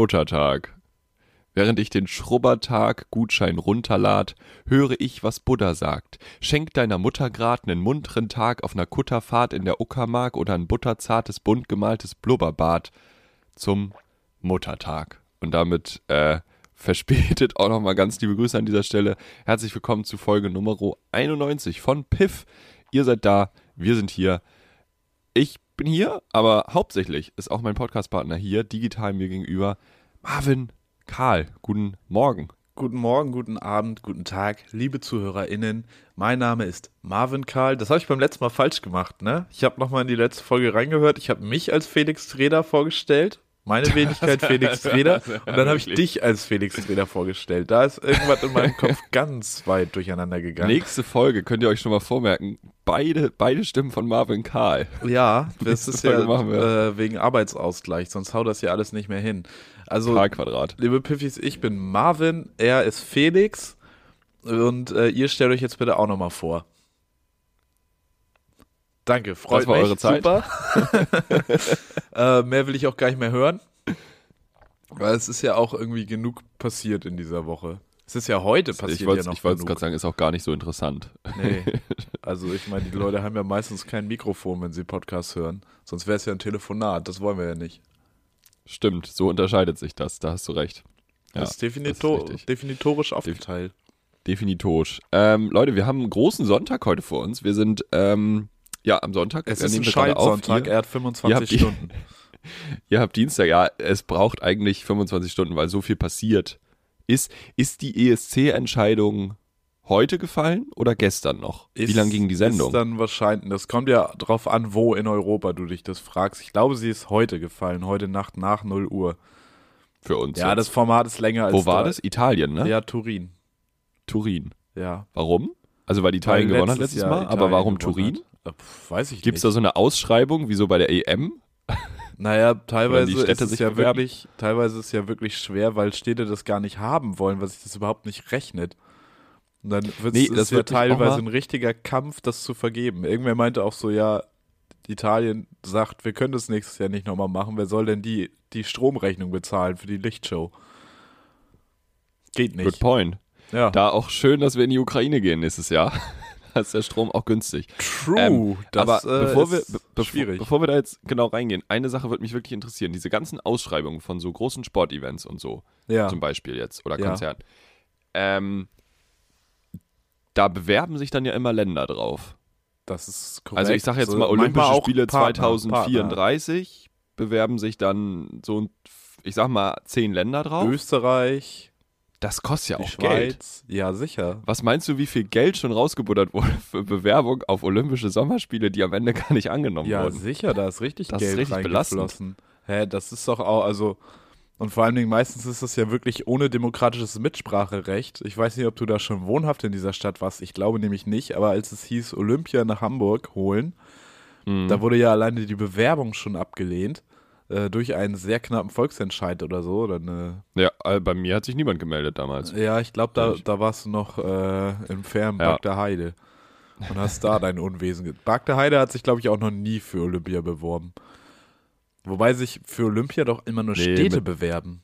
Muttertag. Während ich den Schrubbertag-Gutschein runterlad, höre ich, was Buddha sagt. Schenk deiner Mutter grad nen muntren Tag auf ner Kutterfahrt in der Uckermark oder ein butterzartes, bunt gemaltes Blubberbad zum Muttertag. Und damit äh, verspätet auch nochmal ganz liebe Grüße an dieser Stelle. Herzlich willkommen zu Folge Nummer 91 von Piff. Ihr seid da, wir sind hier. Ich bin hier, aber hauptsächlich ist auch mein Podcastpartner hier, digital mir gegenüber, Marvin Karl. Guten Morgen. Guten Morgen, guten Abend, guten Tag, liebe ZuhörerInnen. Mein Name ist Marvin Karl. Das habe ich beim letzten Mal falsch gemacht, ne? Ich habe nochmal in die letzte Folge reingehört. Ich habe mich als Felix Treder vorgestellt. Meine Wenigkeit Felix Treder. Und dann habe ich dich als Felix Treder vorgestellt. Da ist irgendwas in meinem Kopf ganz weit durcheinander gegangen. Nächste Folge könnt ihr euch schon mal vormerken. Beide, beide Stimmen von Marvin Karl. Ja, das Nächste ist ja Folge machen wir. äh, wegen Arbeitsausgleich, sonst hau das ja alles nicht mehr hin. Also, Karl Quadrat. Liebe Piffis, ich bin Marvin, er ist Felix und äh, ihr stellt euch jetzt bitte auch nochmal vor. Danke, freut Das war mich. eure Zeit. Super. äh, mehr will ich auch gar nicht mehr hören. Weil es ist ja auch irgendwie genug passiert in dieser Woche. Es ist ja heute passiert Ich wollte ja noch es gerade genug. sagen, ist auch gar nicht so interessant. Nee. Also ich meine, die Leute haben ja meistens kein Mikrofon, wenn sie Podcasts hören. Sonst wäre es ja ein Telefonat. Das wollen wir ja nicht. Stimmt, so unterscheidet sich das, da hast du recht. Ja, das ist, das definito ist richtig. definitorisch aufgeteilt. Definitorisch. Ähm, Leute, wir haben einen großen Sonntag heute vor uns. Wir sind, ähm, ja, am Sonntag. Es äh, ist nehmen ein wir gerade auf. Scheidsonntag, Ihr, er hat ihr habt 25 die- Stunden. ihr habt Dienstag, ja, es braucht eigentlich 25 Stunden, weil so viel passiert. Ist, ist die ESC-Entscheidung heute gefallen oder gestern noch? Wie Ist- lang ging die Sendung? Ist dann wahrscheinlich, das kommt ja drauf an, wo in Europa du dich das fragst. Ich glaube, sie ist heute gefallen, heute Nacht nach 0 Uhr. für uns. Ja, jetzt? das Format ist länger als Wo war drei- das? Italien, ne? Ja, Turin. Turin. Ja. Warum? Also weil Italien Weil gewonnen hat letztes Jahr Mal, aber Italien warum gewonnen Turin? hat. Äh, pf, weiß ich Gibt es da nicht. so eine Ausschreibung, wie so bei der E EM? Naja, die teilweise ist Städte es sich ja bewerben? wirklich, teilweise ist es ja wirklich schwer, weil Städte das gar nicht haben wollen, weil sich das überhaupt nicht rechnet. Und dann wird's, Nee, ist das ja wird mich auch teilweise mal- ein richtiger Kampf, das zu vergeben. Irgendwer meinte auch so, ja, Italien sagt, wir können das nächstes Jahr nicht nochmal machen. Wer soll denn die, die Stromrechnung bezahlen für die Lichtshow? Geht Good nicht. point. Ja. Da auch schön, dass wir in die Ukraine gehen nächstes Jahr. Da ist der Strom auch günstig. True. Ähm, das aber äh, bevor, wir, ist be bevor- schwierig. bevor wir da jetzt genau reingehen, eine Sache würde mich wirklich interessieren. Diese ganzen Ausschreibungen von so großen Sportevents und so, ja. zum Beispiel jetzt, oder Ja. Konzerten, ähm, da bewerben sich dann ja immer Länder drauf. Das ist korrekt. Also ich sage jetzt So, mal, manchmal Olympische auch Spiele Partner, 2034 bewerben sich dann so, ich sag mal, zehn Länder drauf. Partner. Österreich, Das kostet ja Die auch Geld. Schweiz. Ja, sicher. Was meinst du, wie viel Geld schon rausgebuttert wurde für Bewerbung auf Olympische Sommerspiele, die am Ende gar nicht angenommen Ja, wurden? sicher, da ist richtig Das ist Geld richtig reingeflossen. Hä, das ist doch auch, also, und vor allen Dingen meistens ist das ja wirklich ohne demokratisches Mitspracherecht. Ich weiß nicht, ob du da schon wohnhaft in dieser Stadt warst. Ich glaube nämlich nicht, aber als es hieß, Olympia nach Hamburg holen, Hm. da wurde ja alleine die Bewerbung schon abgelehnt. äh, Durch einen sehr knappen Volksentscheid oder so. Oder eine, Ja, äh, bei mir hat sich niemand gemeldet damals. ja, ich glaube, da, da warst du noch äh, im fernen Ja. Bagda Heide und hast da dein Unwesen getan. Bagda Heide hat sich, glaube ich, auch noch nie für Olympia beworben. Wobei sich für Olympia doch immer nur Nee, Städte mit- bewerben.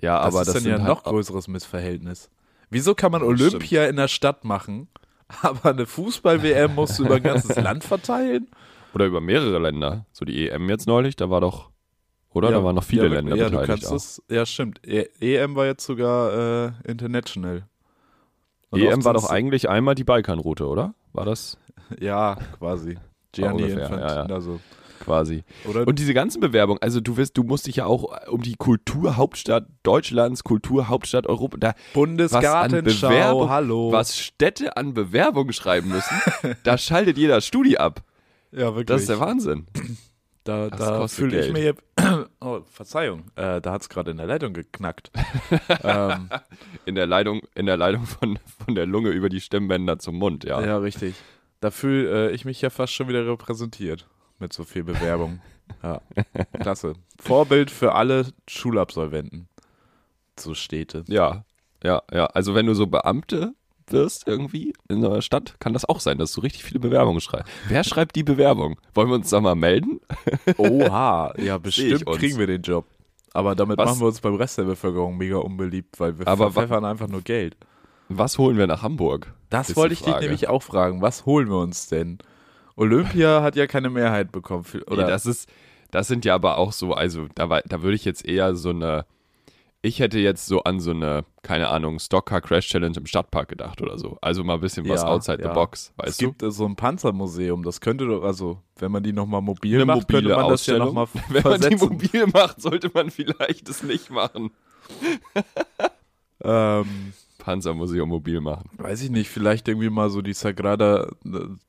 Ja, Das aber ist das dann sind ja ein halt noch auch- größeres Missverhältnis. Wieso kann man Ja, das Olympia in der Stadt machen, aber eine Fußball-WM musst du über ein ganzes Land verteilen? oder über mehrere Länder. So die EM jetzt neulich, da war doch, oder? da waren noch viele ja, Länder ja, du beteiligt. kannst Auch. es, ja, stimmt. E EM war jetzt sogar äh, international. Und EM oft E war sind's- doch eigentlich einmal die Balkanroute, oder? War das Ja, quasi. Gianni ungefähr, Infantino. ja, ja. So. quasi? Oder Und diese ganzen Bewerbungen, also du wirst, du musst dich ja auch um die Kulturhauptstadt Deutschlands, Kulturhauptstadt Europa, da was an Bundesgartenschau, Bewerbung, hallo. was Städte an Bewerbung schreiben müssen, da schaltet jeder Studi ab. ja, wirklich. Das ist der Wahnsinn. da das da kostet fühle Geld. ich mir jetzt. Oh, Verzeihung, äh, da hat es gerade in der Leitung geknackt. ähm, In der Leitung, in der Leitung von, von der Lunge über die Stimmbänder zum Mund, ja. ja, richtig. Da fühle äh, ich mich ja fast schon wieder repräsentiert mit so viel Bewerbung. ja, klasse. Vorbild für alle Schulabsolventen. So Städte. Ja, ja, ja. Also wenn du so Beamte wirst irgendwie in einer Stadt, kann das auch sein, dass du richtig viele Bewerbungen schreibst. Wer schreibt die Bewerbung? Wollen wir uns da mal melden? Oha, ja, Seh ich bestimmt uns. kriegen wir den Job. Aber damit Was- machen wir uns beim Rest der Bevölkerung mega unbeliebt, weil wir Aber wa- verpfeffern einfach nur Geld. Was holen wir nach Hamburg? Das Ist wollte die ich dich Frage. nämlich auch fragen. Was holen wir uns denn? Olympia hat ja keine Mehrheit bekommen. für- Oder Nee, das ist, das sind ja aber auch so, also da, war- da würde ich jetzt eher so eine, ich hätte jetzt so an so eine, keine Ahnung, Stockcar Crash Challenge im Stadtpark gedacht oder so. Also mal ein bisschen was Ja, outside ja. the box, es weißt du? gibt äh, so ein Panzermuseum. Das könnte doch, also, wenn man die nochmal mobil Eine macht, könnte mobile man das ja Ausstellung. nochmal Wenn man die versetzen. mobil macht, sollte man vielleicht es nicht machen. ähm, Panzermuseum mobil machen. weiß ich nicht, vielleicht irgendwie mal so die Sagrada,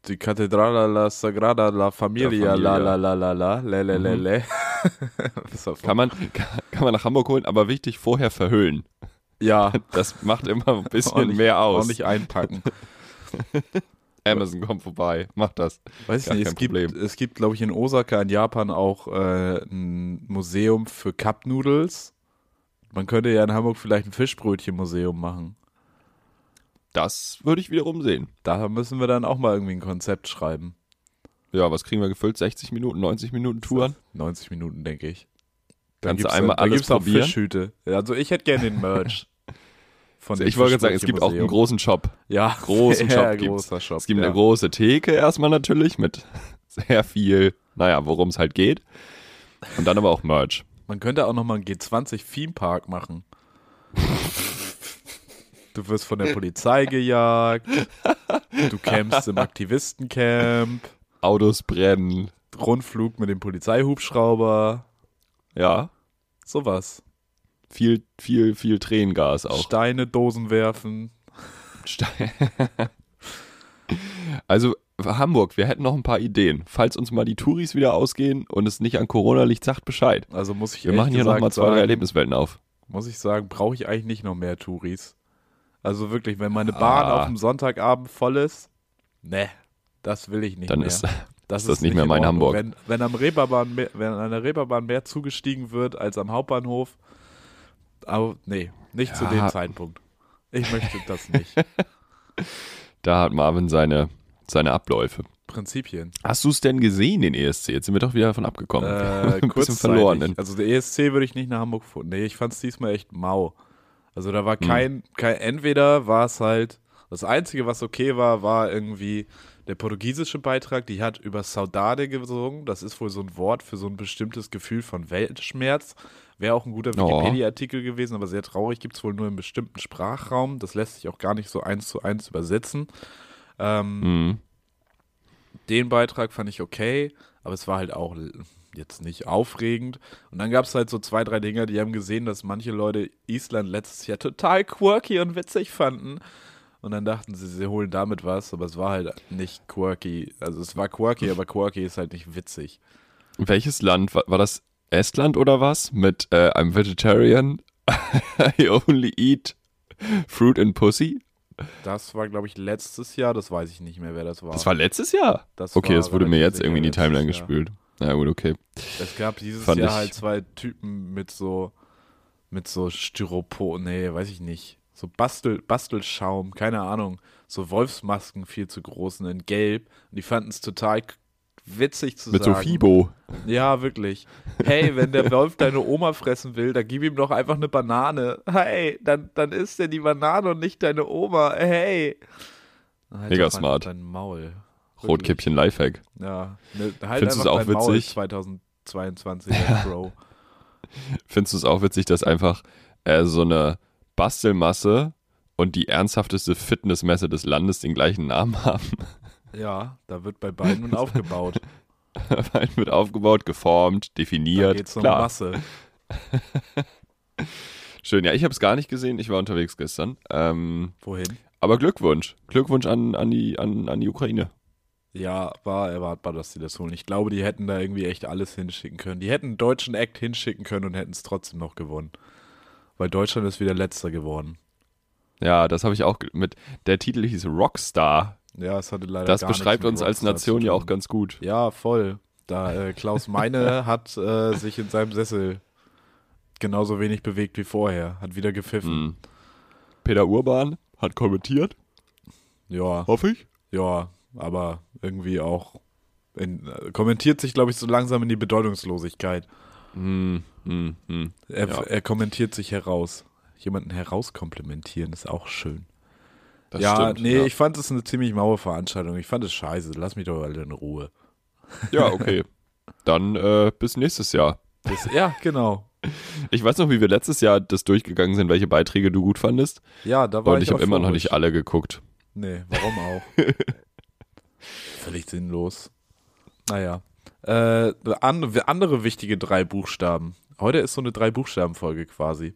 die Catedrala la Sagrada la Familia, Mhm. La Familia. la la la la la, le le le le. Das war- Kann man, kann, kann man nach Hamburg holen, aber wichtig, vorher verhüllen. ja, Das macht immer ein bisschen Ordentlich- mehr aus. ordentlich einpacken. Amazon kommt vorbei, macht das. Weiß ich Gar nicht, es kein gibt, Problem. es gibt, glaube ich, in Osaka in Japan auch äh, ein Museum für Cup Noodles. Man könnte ja in Hamburg vielleicht ein Fischbrötchenmuseum machen. Das würde ich wiederum sehen. Da müssen wir dann auch mal irgendwie ein Konzept schreiben. Ja, was kriegen wir gefüllt? 60 Minuten, 90 Minuten Touren? 90 Minuten, denke ich. Kannst du gibt's- einmal da alles gibt's auch probieren? Fischhüte. Also ich hätte gerne den Merch. Von dem Ich wollte gerade sagen, es gibt auch einen Fischbrötchenmuseum. großen Shop. ja, großen sehr Shop gibt's. großer Shop. Es gibt ja. eine große Theke erstmal natürlich mit sehr viel, naja, worum es halt geht. Und dann aber auch Merch. Man könnte auch nochmal einen G20-Theme-Park machen. du wirst von der Polizei gejagt. Du campst im Aktivistencamp. Autos brennen. Rundflug mit dem Polizeihubschrauber. Ja, Sowas. viel, viel, viel Tränengas auch. Steine, Dosen werfen. Stein. also Hamburg, wir hätten noch ein paar Ideen. Falls uns mal die Touris wieder ausgehen und es nicht an Corona liegt, sagt Bescheid. Also muss ich Wir ehrlich machen hier gesagt nochmal zwei, sagen, drei Erlebniswelten auf. muss ich sagen, brauche ich eigentlich nicht noch mehr Touris. Also wirklich, wenn meine Bahn Ah. auf dem Sonntagabend voll ist, ne, das will ich nicht Dann mehr. ist, das das nicht mehr in mein Ordnung. Hamburg. Wenn, wenn, am Reeperbahn mehr, wenn an der Reeperbahn mehr zugestiegen wird als am Hauptbahnhof, aber nee, nicht zu Ja. dem Zeitpunkt. Ich möchte das nicht. da hat Marvin seine, seine Abläufe. Prinzipien. Hast du es denn gesehen, den ESC? Jetzt sind wir doch wieder davon abgekommen. Äh, ein bisschen kurzzeitig. verloren. Also der ESC würde ich nicht nach Hamburg fahren. Nee, ich fand es diesmal echt mau. Also da war Hm. kein, kein entweder war es halt, das Einzige, was okay war, war irgendwie der portugiesische Beitrag, die hat über Saudade gesungen. Das ist wohl so ein Wort für so ein bestimmtes Gefühl von Weltschmerz. Wäre auch ein guter Oh. Wikipedia-Artikel gewesen, aber sehr traurig gibt es wohl nur im bestimmten Sprachraum. Das lässt sich auch gar nicht so eins zu eins übersetzen. Ähm, Mhm. den Beitrag fand ich okay, aber es war halt auch l- jetzt nicht aufregend. Und dann gab es halt so zwei, drei Dinger, die haben gesehen, dass manche Leute Island letztes Jahr total quirky und witzig fanden. Und dann dachten sie, sie holen damit was, aber es war halt nicht quirky. Also es war quirky, aber quirky ist halt nicht witzig. Welches Land war, war das? Estland oder was? Mit äh, I'm vegetarian, I only eat fruit and pussy. Das war, glaube ich, letztes Jahr, das weiß ich nicht mehr, wer das war. Das war letztes Jahr. Das okay, war das wurde mir relativ jetzt irgendwie in die sicher Timeline letztes Jahr. gespült. Na gut, okay. Es gab dieses Fand Jahr ich- halt zwei Typen mit so mit so Styropor, nee, weiß ich nicht. So Bastel, Bastelschaum, keine Ahnung. So Wolfsmasken viel zu großen in Gelb. Und die fanden es total k- witzig zu Mit sagen. so Fibo. Ja, wirklich. Hey, wenn der Wolf deine Oma fressen will, dann gib ihm doch einfach eine Banane. Hey, dann, dann isst er die Banane und nicht deine Oma. Hey. Halt Mega doch mal smart. Dein Maul. Wirklich. Rotkäppchen Lifehack. Ja. Ne, halt Findest einfach du's auch dein Maul, witzig? 2022, ja. Bro. Findest du es auch witzig, dass einfach äh, so eine Bastelmasse und die ernsthafteste Fitnessmesse des Landes den gleichen Namen haben? Ja, da wird bei beiden nun aufgebaut. Wein wird aufgebaut, geformt, Da definiert. geht's um Klar. Masse. Schön, ja, ich habe es gar nicht gesehen, ich war unterwegs gestern. Ähm, Wohin? aber Glückwunsch. Glückwunsch an, an, die, an, an die Ukraine. Ja, war erwartbar, dass die das holen. Ich glaube, die hätten da irgendwie echt alles hinschicken können. Die hätten einen deutschen Act hinschicken können und hätten es trotzdem noch gewonnen. Weil Deutschland ist wieder letzter geworden. Ja, das habe ich auch ge- mit. Der Titel hieß Rockstar. Ja, es hatte leider Das gar nichts beschreibt mit uns als Rockstar Nation zu ja tun. auch ganz gut. Ja, voll. Da äh, Klaus Meine hat äh, sich in seinem Sessel genauso wenig bewegt wie vorher. Hat wieder gepfiffen. Mhm. Peter Urban hat kommentiert, Ja. hoffe ich. Ja, aber irgendwie auch in, kommentiert sich, glaube ich, so langsam in die Bedeutungslosigkeit. Mhm. Hm, hm. Er, Ja. er kommentiert sich heraus. Jemanden herauskomplimentieren ist auch schön. Das ja, stimmt. nee, ja. ich fand es eine ziemlich maue Veranstaltung. Ich fand es scheiße. Lass mich doch alle in Ruhe. ja, okay. Dann äh, bis nächstes Jahr. Das, ja, genau. Ich weiß noch, wie wir letztes Jahr das durchgegangen sind, welche Beiträge du gut fandest. Ja, da war Und ich, ich habe immer noch euphorisch. nicht alle geguckt. Nee, warum auch? Völlig sinnlos. Naja. Äh, an, andere wichtige drei Buchstaben. Heute ist so eine Drei-Buchstaben-Folge quasi.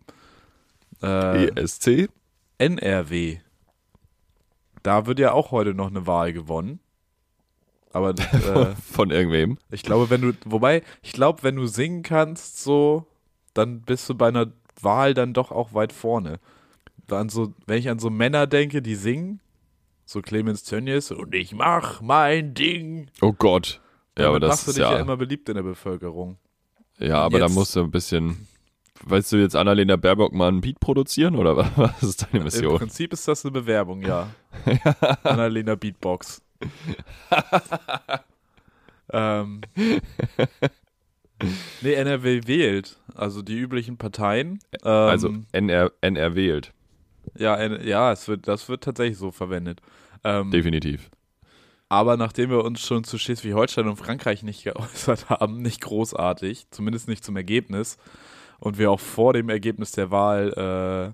E Äh, ESC? NRW. Da wird ja auch heute noch eine Wahl gewonnen. Aber äh, Von irgendwem? ich glaube, wenn du, wobei, ich glaube, wenn du singen kannst, so, dann bist du bei einer Wahl dann doch auch weit vorne. An so, wenn ich an so Männer denke, die singen, so Clemens Tönnies, und ich mach mein Ding, Oh Gott. damit Ja, aber das machst du ist dich ja, ja. immer beliebt in der Bevölkerung. Ja, aber da jetzt- musst du ein bisschen. Willst du jetzt Annalena Baerbock mal einen Beat produzieren oder was- was ist deine Im Mission? Prinzip ist das eine Bewerbung, ja. Annalena Beatbox. ähm, nee, NRW wählt. Also die üblichen Parteien. Ähm, Also NR, NR wählt, Ja, N- ja es wird, das wird tatsächlich so verwendet. Ähm, definitiv. aber nachdem wir uns schon zu Schleswig-Holstein und Frankreich nicht geäußert haben, nicht großartig, zumindest nicht zum Ergebnis, und wir auch vor dem Ergebnis der Wahl äh,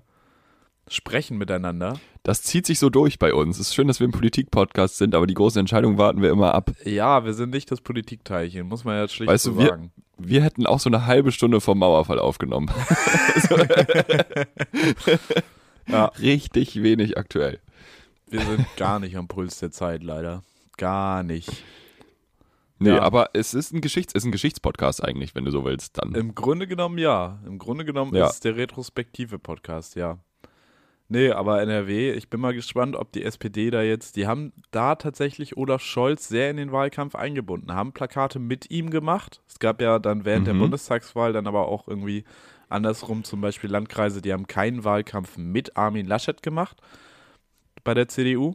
sprechen miteinander, Das zieht sich so durch bei uns. Es ist schön, dass wir ein Politik-Podcast sind, aber die großen Entscheidungen warten wir immer ab. Ja, wir sind nicht das Politikteilchen, muss man ja schlicht Weißt so du, wir- sagen. Wir hätten auch so eine halbe Stunde vom Mauerfall aufgenommen. Ja. Richtig wenig aktuell. Wir sind gar nicht am Puls der Zeit, leider. Gar nicht. Nee, Ja. aber es ist ein, Geschichts ist ein Geschichtspodcast eigentlich, wenn du so willst, dann. Im Grunde genommen ja. Im Grunde genommen Ja. ist es der retrospektive Podcast, ja. Nee, aber NRW, ich bin mal gespannt, ob die SPD da jetzt, die haben da tatsächlich Olaf Scholz sehr in den Wahlkampf eingebunden, haben Plakate mit ihm gemacht. Es gab ja dann während der Mhm. Bundestagswahl dann aber auch irgendwie andersrum zum Beispiel Landkreise, die haben keinen Wahlkampf mit Armin Laschet gemacht bei der CDU.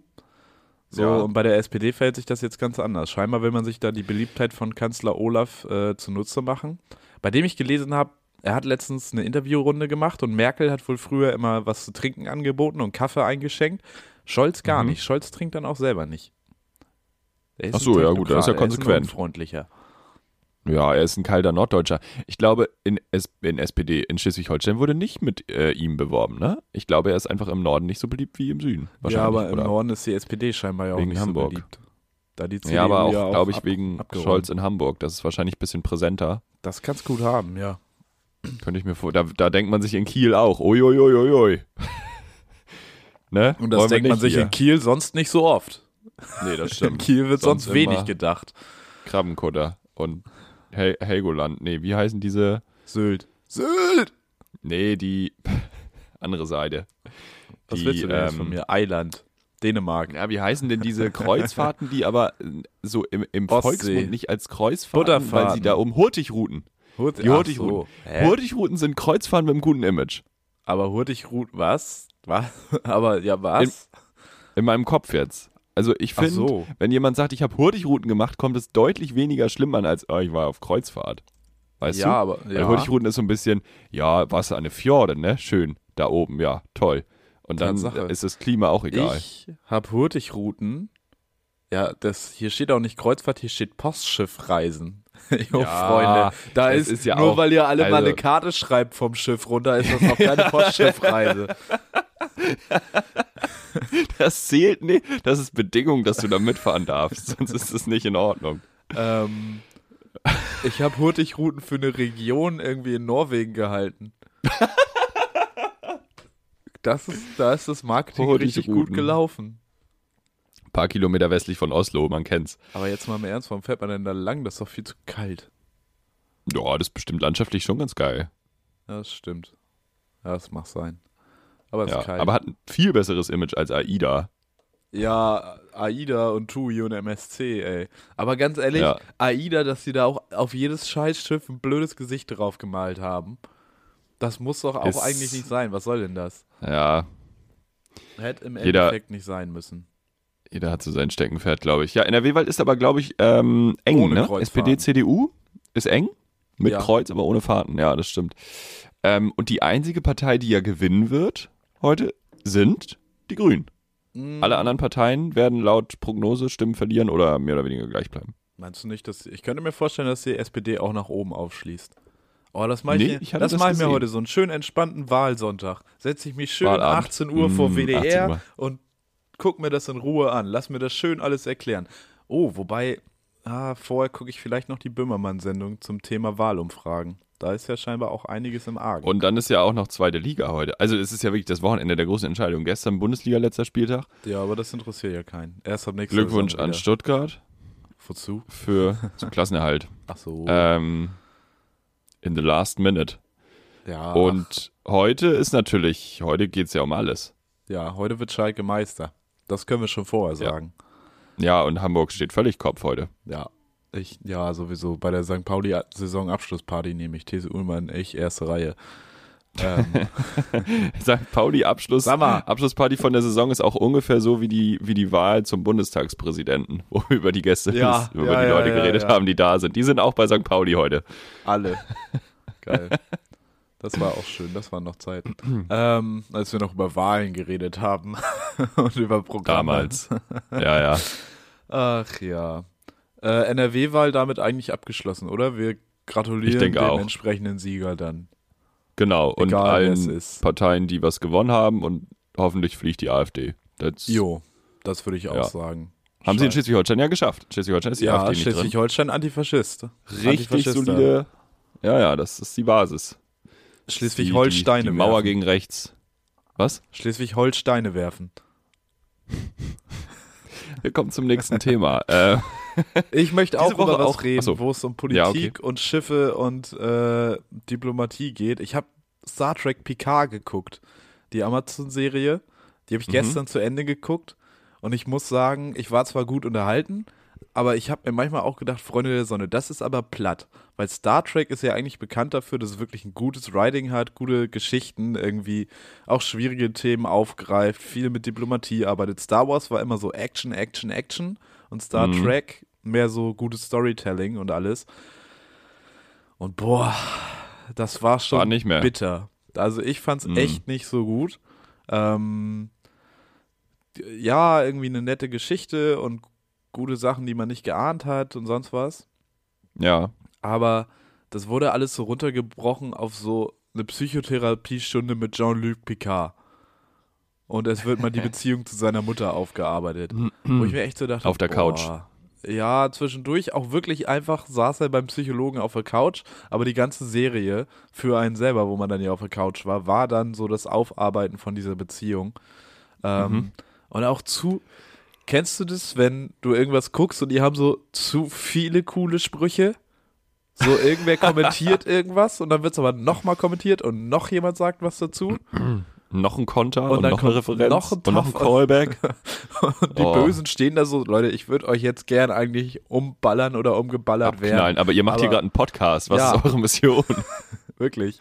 So, Ja. und bei der SPD verhält sich das jetzt ganz anders. Scheinbar will man sich da die Beliebtheit von Kanzler Olaf äh, zunutze machen. Bei dem ich gelesen habe, er hat letztens eine Interviewrunde gemacht und Merkel hat wohl früher immer was zu trinken angeboten und Kaffee eingeschenkt. Scholz gar Mhm. nicht. Scholz trinkt dann auch selber nicht. Er ist Ach ein so, ja, gut, er ist ja Technokrat, konsequent. ein freundlicher. Ja, er ist ein kalter Norddeutscher. Ich glaube, in, S in SPD, in Schleswig-Holstein wurde nicht mit äh, ihm beworben, ne? Ich glaube, er ist einfach im Norden nicht so beliebt wie im Süden. Ja, Wahrscheinlich, aber im oder? Norden ist die SPD scheinbar ja auch Wegen nicht Hamburg. so beliebt. Da die CDU ja, aber auch, ja glaube ich, ab- wegen abgeräumt. Scholz in Hamburg. Das ist wahrscheinlich ein bisschen präsenter. Das kann's gut haben, ja. Könnte ich mir vor. Da, da denkt man sich in Kiel auch. Uiuiuiui. ne? Und das Wollen wir denkt man nicht sich hier. in Kiel sonst nicht so oft. Nee, das In stimmt. Kiel wird sonst, Sonst wenig immer- gedacht. Krabbenkutter und Hel Helgoland. Nee, wie heißen diese? Sylt. Sylt! Nee, die andere Seite. Was Die, willst du denn jetzt von ähm, mir? Eiland. Dänemark. Ja, wie heißen denn diese Kreuzfahrten, die aber äh, so im, im Ostsee. Volksmund nicht als Kreuzfahrten, weil Butterfahrten. sie da um Hurtigruten. Hurt, Die ach Hurtigruten. Hä? Hurtigruten sind Kreuzfahrten mit einem guten Image. aber Hurtigrut, was? Was? Aber ja, was? In meinem Kopf jetzt. Also ich Ach finde, so. wenn jemand sagt, ich habe Hurtigruten gemacht, kommt es deutlich weniger schlimm an, als oh, ich war auf Kreuzfahrt. Weißt ja, du? aber Weil ja. Hurtigruten ist so ein bisschen, ja, Wasser an der Fjorde, ne? Schön, da oben, ja, toll. Und dann Tatsache. ist das Klima auch egal. ich habe Hurtigruten. Ja, das hier steht auch nicht Kreuzfahrt, hier steht Postschiffreisen. Jo, Ja, Freunde, da das ist, ist ja nur auch- weil ihr alle mal also- eine Karte schreibt vom Schiff runter, ist das noch keine Postschiffreise. Das zählt nicht. Das ist Bedingung, dass du da mitfahren darfst. Sonst ist das nicht in Ordnung. ähm, ich habe Hurtigruten für eine Region irgendwie in Norwegen gehalten. Das ist, da ist das Marketing richtig gut Hurtigruten. gelaufen. Ein paar Kilometer westlich von Oslo, man kennt's. Aber jetzt mal im Ernst, warum fährt man denn da lang? Das ist doch viel zu kalt. Ja, das ist bestimmt landschaftlich schon ganz geil. Ja, das stimmt. Ja, das mag sein. Aber es Ja, ist kalt. aber hat ein viel besseres Image als AIDA. ja, AIDA und TUI und MSC, ey. Aber ganz ehrlich, Ja. AIDA, dass sie da auch auf jedes Scheißschiff ein blödes Gesicht drauf gemalt haben, das muss doch auch Ist- eigentlich nicht sein. Was soll denn das? Ja, Hätte im Jeder- Endeffekt nicht sein müssen. jeder hat so sein Steckenpferd, glaube ich. Ja, NRW-Wald ist aber, glaube ich, ähm, eng, Ohne ne? Kreuzfahrten. SPD, CDU ist eng. Mit Ja. Kreuz, aber ohne Fahrten. Ja, das stimmt. Ähm, und die einzige Partei, die ja gewinnen wird heute, sind die Grünen. Mm, Alle anderen Parteien werden laut Prognose Stimmen verlieren oder mehr oder weniger gleich bleiben. Meinst du nicht, dass ich könnte mir vorstellen, dass die SPD auch nach oben aufschließt? Oh, das mache Nee, ich, ich ich, hatte das das mach ich mir gesehen. heute so einen schönen entspannten Wahlsonntag. Setze ich mich schön um Wahlabend. 18 Uhr vor Mm, WDR 18 Uhr. und guck mir das in Ruhe an. Lass mir das schön alles erklären. Oh, wobei, ah, vorher gucke ich vielleicht noch die Böhmermann-Sendung zum Thema Wahlumfragen. Da ist ja scheinbar auch einiges im Argen. Und dann ist ja auch noch zweite Liga heute. Also es ist ja wirklich das Wochenende der großen Entscheidung. Gestern Bundesliga letzter Spieltag. ja, aber das interessiert ja keinen. Erst ab nächster Glückwunsch Saison an wieder. Stuttgart Wozu? für zum Klassenerhalt. Ach so. Ähm, in the last minute. ja, Und heute ist natürlich, heute geht es ja um alles. ja, heute wird Schalke Meister. Das können wir schon vorher Ja. sagen. Ja, und Hamburg steht völlig Kopf heute. Ja, ich, ja, sowieso. Bei der St. Pauli-Saisonabschlussparty nehme ich These Ullmann, ich, erste Reihe. Ähm, St. Pauli Abschluss, Sag mal. Abschlussparty von der Saison ist auch ungefähr so wie die, wie die Wahl zum Bundestagspräsidenten, wo wir über die Gäste, Ja, über ja, die ja, Leute ja, geredet ja. haben, die da sind. Die sind auch bei St. Pauli heute. alle. Geil. Das war auch schön, das waren noch Zeiten. ähm, als wir noch über Wahlen geredet haben und über Programme. Damals. ja, ja. Ach ja. Äh, NRW-Wahl damit eigentlich abgeschlossen, oder? Wir gratulieren Ich denke dem auch. entsprechenden Sieger dann. Genau. Und Egal, wer es allen ist. Parteien, die was gewonnen haben und hoffentlich fliegt die AfD. That's, Jo, das würde ich auch Ja. sagen. haben sie in Scheiße. Schleswig-Holstein ja geschafft. Schleswig-Holstein ist die Ja, AfD nicht drin. Schleswig-Holstein Antifaschist. Richtig Antifaschister. solide. Ja, ja, das ist die Basis. Schleswig-Holstein. Die, die, die Mauer werfen. gegen rechts. Was? Schleswig-Holsteine werfen. Wir kommen zum nächsten Thema. Äh, Ich möchte auch Diese Woche über was auch- reden, Ach so. wo es um Politik Ja, okay. und Schiffe und äh, Diplomatie geht. Ich habe Star Trek Picard geguckt, die Amazon-Serie. Die habe ich gestern zu Ende geguckt. Und ich muss sagen, ich war zwar gut unterhalten, aber ich habe mir manchmal auch gedacht, Freunde der Sonne, das ist aber platt. Weil Star Trek ist ja eigentlich bekannt dafür, dass es wirklich ein gutes Writing hat, gute Geschichten irgendwie, auch schwierige Themen aufgreift, viel mit Diplomatie arbeitet. Star Wars war immer so Action, Action, Action und Star Mhm. Trek mehr so gutes Storytelling und alles. Und boah, das war schon War nicht mehr. bitter. Also ich fand es Mhm. echt nicht so gut. Ähm, ja, irgendwie eine nette Geschichte und gute Sachen, die man nicht geahnt hat und sonst was. ja, Aber das wurde alles so runtergebrochen auf so eine Psychotherapiestunde mit Jean-Luc Picard. Und es wird mal die Beziehung zu seiner Mutter aufgearbeitet. wo ich mir echt so dachte, Hm. Auf der Couch. boah. Ja, zwischendurch auch wirklich einfach saß er beim Psychologen auf der Couch, aber die ganze Serie für einen selber, wo man dann ja auf der Couch war, war dann so das Aufarbeiten von dieser Beziehung. Ähm, Mhm. Und auch zu, kennst du das, wenn du irgendwas guckst und die haben so zu viele coole Sprüche? So irgendwer kommentiert irgendwas und dann wird es aber nochmal kommentiert und noch jemand sagt was dazu. noch ein Konter und, Und dann noch eine kommt Referenz noch ein und noch ein Tough- Callback. Und die Oh. Bösen stehen da so, Leute, ich würde euch jetzt gern eigentlich umballern oder umgeballert werden. Nein, aber ihr macht hier Aber- gerade einen Podcast. Was Ja. ist eure Mission? Wirklich.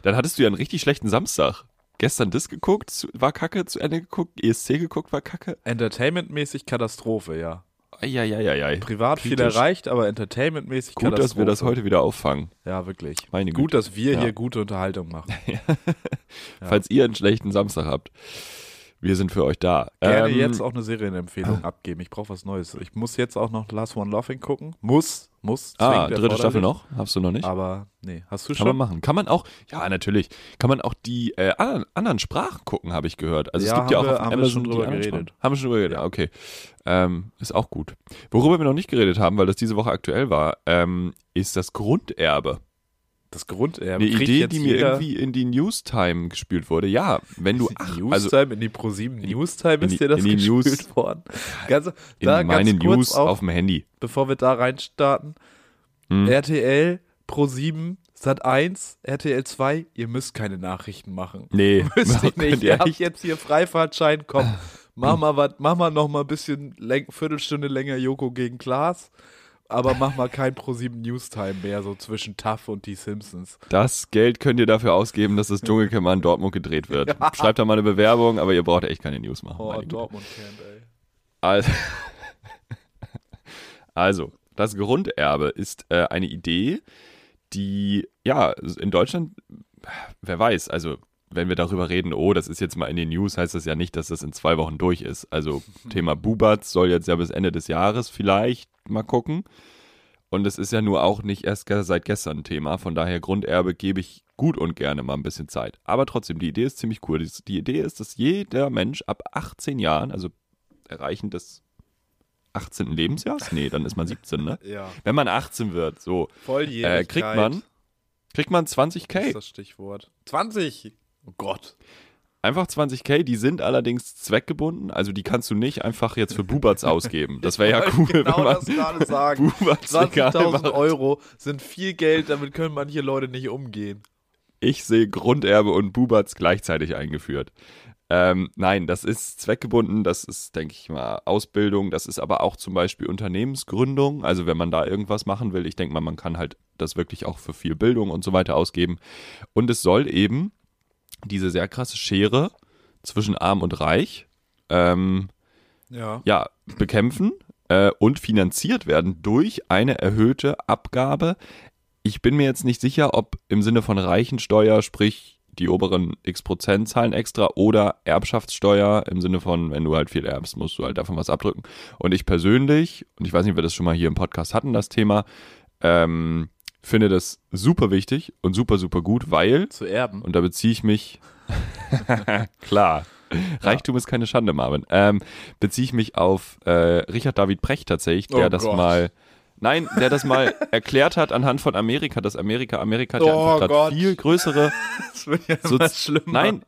Dann hattest du ja einen richtig schlechten Samstag. Gestern das geguckt, zu- war kacke, zu Ende geguckt, ESC geguckt, war kacke. Entertainmentmäßig Katastrophe, ja. Eieieiei. Privat viel Kritisch. erreicht, aber entertainmentmäßig Gut, Katastrophe. dass wir das heute wieder auffangen. Ja, wirklich. Meine Gut, Güte. dass wir Ja. hier gute Unterhaltung machen. Ja. Falls ihr einen schlechten Samstag habt, wir sind für euch da. Gerne Ähm, ah. jetzt auch eine Serienempfehlung abgeben. Ich brauche was Neues. Ich muss jetzt auch noch Last One Laughing gucken. Muss, muss. Ah, zwingend dritte Staffel erforderlich. noch? Hast du noch nicht? Aber nee, hast du Kann man Ah, schon? machen. Kann man auch, ja, natürlich. Kann man auch die äh, anderen, anderen Sprachen gucken, habe ich gehört. Also es Ja, gibt ja auch haben wir- auf haben wir Amazon schon die drüber anderen geredet. Sprachen. Haben wir schon drüber geredet, Ja. Ah, okay. Ähm, ist auch gut. Worüber wir noch nicht geredet haben, weil das diese Woche aktuell war, ähm, ist das Grunderbe. Das Grunderbe. Eine kriegt Idee, jetzt die mir jeder irgendwie in die Newstime gespült wurde. Ja, wenn du, ach, Newstime, also in die ProSieben Newstime in die- ist dir das in die News- gespielt worden. Ganz, in da meine ganz kurz News auch, auf dem Handy. bevor wir da reinstarten. Hm. RTL, Pro7, Sat1, RTL 2, ihr müsst keine Nachrichten machen. Nee, Müsst ihr nicht. könnt Ihr ihr habt echt- jetzt hier Freifahrtschein, komm. Mach mal, wat, mach mal noch mal ein bisschen läng, Viertelstunde länger Joko gegen Klaas. Aber mach mal kein Pro7 Newstime mehr, so zwischen TAF und die Simpsons. Das Geld könnt ihr dafür ausgeben, dass das Dschungelcamp in Dortmund gedreht wird. Schreibt da mal eine Bewerbung, aber ihr braucht echt keine News machen. Oh, meine Güte. Dortmund-Camp, ey. Also, also das Grunderbe ist äh, eine Idee, die, ja, in Deutschland, wer weiß, also wenn wir darüber reden, oh, das ist jetzt mal in den News, heißt das ja nicht, dass das in zwei Wochen durch ist. Also Thema Bubatz soll jetzt ja bis Ende des Jahres vielleicht mal gucken. Und es ist ja nur auch nicht erst ge- seit gestern ein Thema. Von daher Grunderbe gebe ich gut und gerne mal ein bisschen Zeit. Aber trotzdem, die Idee ist ziemlich cool. Die, die Idee ist, dass jeder Mensch ab 18 Jahren, also erreichen des 18. Lebensjahres? Nee, dann ist man 17, ne? Ja. Wenn man 18 wird, so, Volljährigkeit. äh, kriegt man kriegt man 20k. ist das Stichwort. 20! Oh Gott. Einfach 20k, die sind allerdings zweckgebunden, also die kannst du nicht einfach jetzt für Bubatz ausgeben. Das wäre ja cool, Genau wenn man das gerade sagen. Bubatz egal 20.000 macht. Euro sind viel Geld, damit können manche Leute nicht umgehen. Ich sehe Grunderbe und Bubatz gleichzeitig eingeführt. Ähm, nein, das ist zweckgebunden, das ist, denke ich mal, Ausbildung, das ist aber auch zum Beispiel Unternehmensgründung. Also wenn man da irgendwas machen will, ich denke mal, man kann halt das wirklich auch für viel Bildung und so weiter ausgeben. Und es soll eben diese sehr krasse Schere zwischen arm und reich ähm, Ja. ja, bekämpfen äh, und finanziert werden durch eine erhöhte Abgabe. Ich bin mir jetzt nicht sicher, ob im Sinne von Reichensteuer, sprich die oberen x Prozent zahlen extra oder Erbschaftssteuer im Sinne von, wenn du halt viel erbst, musst du halt davon was abdrücken. Und ich persönlich, und ich weiß nicht, ob wir das schon mal hier im Podcast hatten, das Thema, ähm, finde das super wichtig und super, super gut, weil Zu erben. und da beziehe ich mich. Klar. Reichtum ist keine Schande, Marvin. Ähm, beziehe ich mich auf äh, Richard David Precht tatsächlich, der Oh das Gott. mal. Nein, der das mal erklärt hat anhand von Amerika, dass Amerika, Amerika hat ja Oh einfach grad Gott. viel größere Das wird ja so- immer schlimmer. Nein,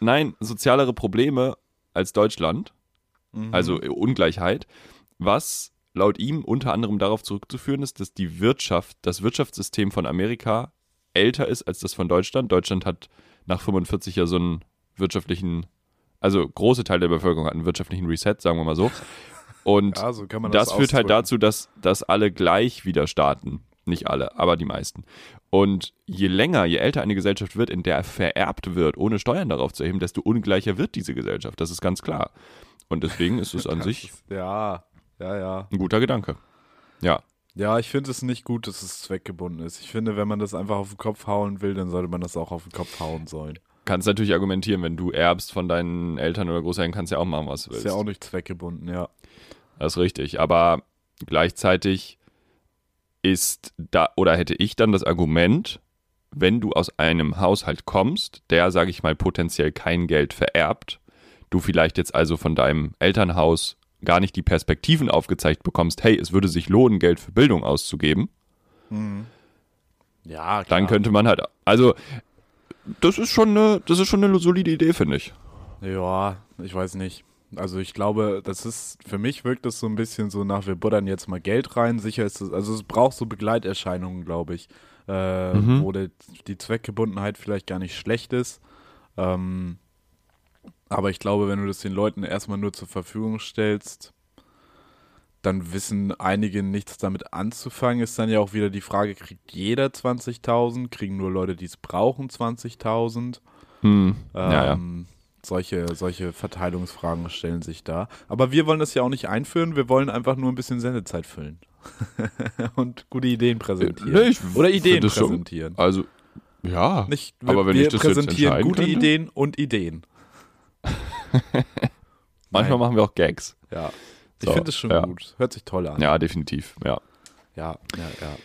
nein, sozialere Probleme als Deutschland, Mhm. also äh, Ungleichheit, was laut ihm unter anderem darauf zurückzuführen ist, dass die Wirtschaft, das Wirtschaftssystem von Amerika älter ist als das von Deutschland. Deutschland hat nach 45 ja so einen wirtschaftlichen, also große Teile der Bevölkerung hat einen wirtschaftlichen Reset, sagen wir mal so. Und Ja, so kann man das, das führt halt ausdrücken. dazu, dass, dass alle gleich wieder starten. Nicht alle, aber die meisten. Und je länger, je älter eine Gesellschaft wird, in der vererbt wird, ohne Steuern darauf zu erheben, desto ungleicher wird diese Gesellschaft. Das ist ganz klar. Und deswegen ist es an sich Das ist- Ja, ja, ja. ein guter Gedanke. Ja. Ja, ich finde es nicht gut, dass es zweckgebunden ist. Ich finde, wenn man das einfach auf den Kopf hauen will, dann sollte man das auch auf den Kopf hauen sollen. Kannst natürlich argumentieren, wenn du erbst von deinen Eltern oder Großeltern, kannst ja auch machen, was du Ist willst. ja auch nicht zweckgebunden, ja. Das ist richtig. Aber gleichzeitig ist da oder hätte ich dann das Argument, wenn du aus einem Haushalt kommst, der, sage ich mal, potenziell kein Geld vererbt, du vielleicht jetzt also von deinem Elternhaus gar nicht die Perspektiven aufgezeigt bekommst, hey, es würde sich lohnen, Geld für Bildung auszugeben, Mhm. Ja, klar. dann könnte man halt, also das ist schon eine, das ist schon eine solide Idee, finde ich. Ja, ich weiß nicht. Also ich glaube, das ist, für mich wirkt das so ein bisschen so nach, wir buttern jetzt mal Geld rein. Sicher ist es, also es braucht so Begleiterscheinungen, glaube ich, äh, wo der, die Zweckgebundenheit vielleicht gar nicht schlecht ist. Ähm, aber ich glaube, wenn du das den Leuten erstmal nur zur Verfügung stellst, dann wissen einige nichts damit anzufangen. Ist dann ja auch wieder die Frage, kriegt jeder 20.000? Kriegen nur Leute, die es brauchen, 20.000? Hm. Ähm, ja, ja. Solche, solche Verteilungsfragen stellen sich da. Aber wir wollen das ja auch nicht einführen, wir wollen einfach nur ein bisschen Sendezeit füllen. Und gute Ideen präsentieren. Nee, ich Oder find Ideen das schon- präsentieren. Also, ja. Nicht, wir, aber wenn wir ich das jetzt präsentieren entscheiden gute könnte? Ideen und Ideen. Manchmal nein. machen wir auch Gags. Ja. Ich So, finde es schon ja. gut. Hört sich toll an. Ja, definitiv. Ja. ja, ja.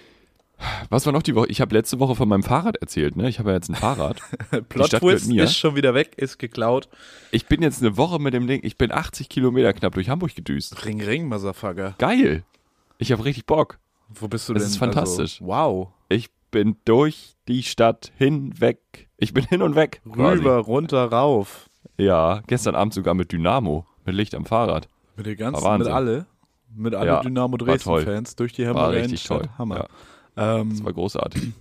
Was war noch die Woche? Ich habe letzte Woche von meinem Fahrrad erzählt, ne? Ich habe ja jetzt ein Fahrrad. ja. Stadt Plot gehört Twist mir. ist schon wieder weg, ist geklaut. Ich bin jetzt eine Woche mit dem Ding, ich bin 80 Kilometer knapp durch Hamburg gedüst. Ring, ring, Motherfucker. Geil. Ich habe richtig Bock. Wo bist du Das denn? ist fantastisch. Also, wow. Ich bin durch die Stadt hinweg. Ich bin hin und weg. quasi. Rüber, runter, rauf. Ja, gestern Abend sogar mit Dynamo, mit Licht am Fahrrad. Mit den ganzen, War mit Wahnsinn. alle, mit alle Ja, war Dynamo toll. Dresden-Fans durch die War Hamburger richtig Innenstadt. toll. Hammer. Ja, das Ähm, war großartig.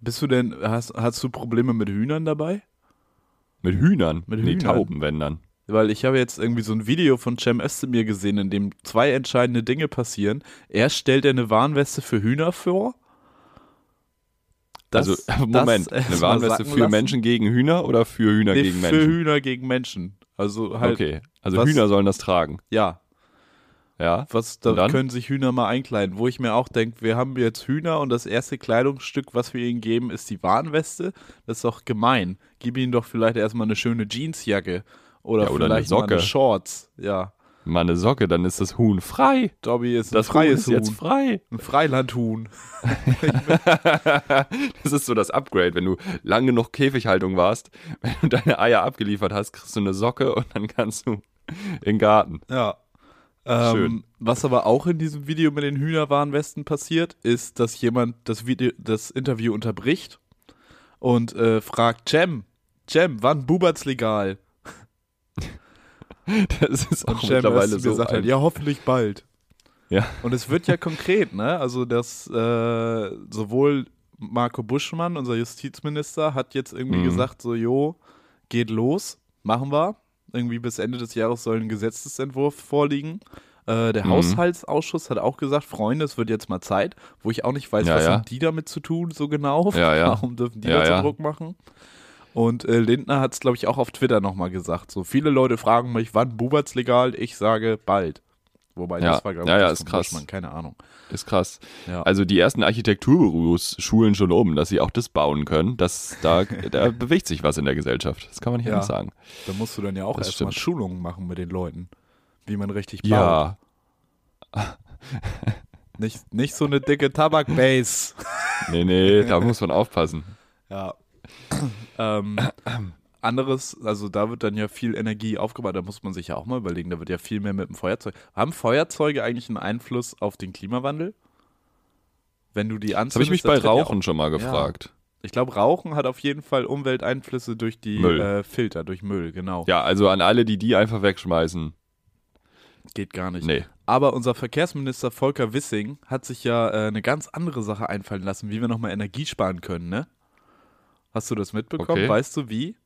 bist du denn, hast, hast du Probleme mit Hühnern dabei? Mit Hühnern. Mit Nee, Hühnern. Tauben, wenn dann. Weil ich habe jetzt irgendwie so ein Video von Cem Özdemir gesehen, in dem zwei entscheidende Dinge passieren. Erst stellt er eine Warnweste für Hühner vor. Das- also, das Moment. erst Eine mal Warnweste sacken für lassen. Menschen gegen Hühner oder für Hühner Nee, gegen für Menschen? Hühner gegen Menschen. Also halt, Okay. Also Was- Hühner sollen das tragen. ja. Ja. Was, Und da dann? können sich Hühner mal einkleiden. Wo ich mir auch denke, wir haben jetzt Hühner und das erste Kleidungsstück, was wir ihnen geben, ist die Warnweste. Das ist doch gemein. Gib ihnen doch vielleicht erstmal eine schöne Jeansjacke. Oder, Ja, oder eine vielleicht mal Socke. eine Shorts. Ja. Mal eine Socke, dann ist das Huhn frei. Dobby ist ein Das Huhn freies ist Huhn. jetzt frei. ein Freilandhuhn. Das ist so das Upgrade, wenn du lange genug Käfighaltung warst, wenn du deine Eier abgeliefert hast, kriegst du eine Socke und dann kannst du in den Garten. Ja. Ähm, Schön. Was aber auch in diesem Video mit den Hühnerwarenwesten passiert, ist, dass jemand das, Video, das Interview unterbricht und äh, fragt Cem, Cem, wann Bubert's legal? Das ist Und auch Cem mittlerweile erst so gesagt hat, ein, ja, hoffentlich bald. Ja. Und es wird ja konkret, ne? Also, dass äh, sowohl Marco Buschmann, unser Justizminister, hat jetzt irgendwie Mhm. gesagt, so, jo, geht los, machen wir. Irgendwie bis Ende des Jahres soll ein Gesetzesentwurf vorliegen. Äh, der Mhm. Haushaltsausschuss hat auch gesagt, Freunde, es wird jetzt mal Zeit, wo ich auch nicht weiß, Ja, was ja. haben die damit zu tun, so genau. Ja, ja. Warum dürfen die Ja, da so ja. Druck machen? Und äh, Lindner hat es, glaube ich, auch auf Twitter nochmal gesagt. So viele Leute fragen mich, wann Bubert's legal? Ich sage bald. Wobei Ja. das war, glaube ich, Ja, ja, ist das von krass. Buschmann, keine Ahnung. ist krass. Ja. Also die ersten Architekturberufs schulen schon um, dass sie auch das bauen können. Das, da, da bewegt sich was in der Gesellschaft. Das kann man nicht Ja. anders sagen. da musst du dann ja auch das erstmal stimmt. Schulungen machen mit den Leuten, wie man richtig baut. Ja. Nicht, nicht so eine dicke Tabakbase. Nee, nee, da muss man aufpassen. Ja. ähm, anderes, also da wird dann ja viel Energie aufgebaut, da muss man sich ja auch mal überlegen, da wird ja viel mehr mit dem Feuerzeug. Haben Feuerzeuge eigentlich einen Einfluss auf den Klimawandel? Wenn du die Das anzündest, habe ich mich da bei tritt ja auch- Rauchen schon mal gefragt. ich glaube, Rauchen hat auf jeden Fall Umwelteinflüsse durch die Müll. Äh, Filter, durch Müll, genau. Ja, also an alle, die die einfach wegschmeißen. Geht gar nicht. Nee. Aber unser Verkehrsminister Volker Wissing hat sich ja äh, eine ganz andere Sache einfallen lassen, wie wir nochmal Energie sparen können, ne? Hast du das mitbekommen? Okay. Weißt du wie?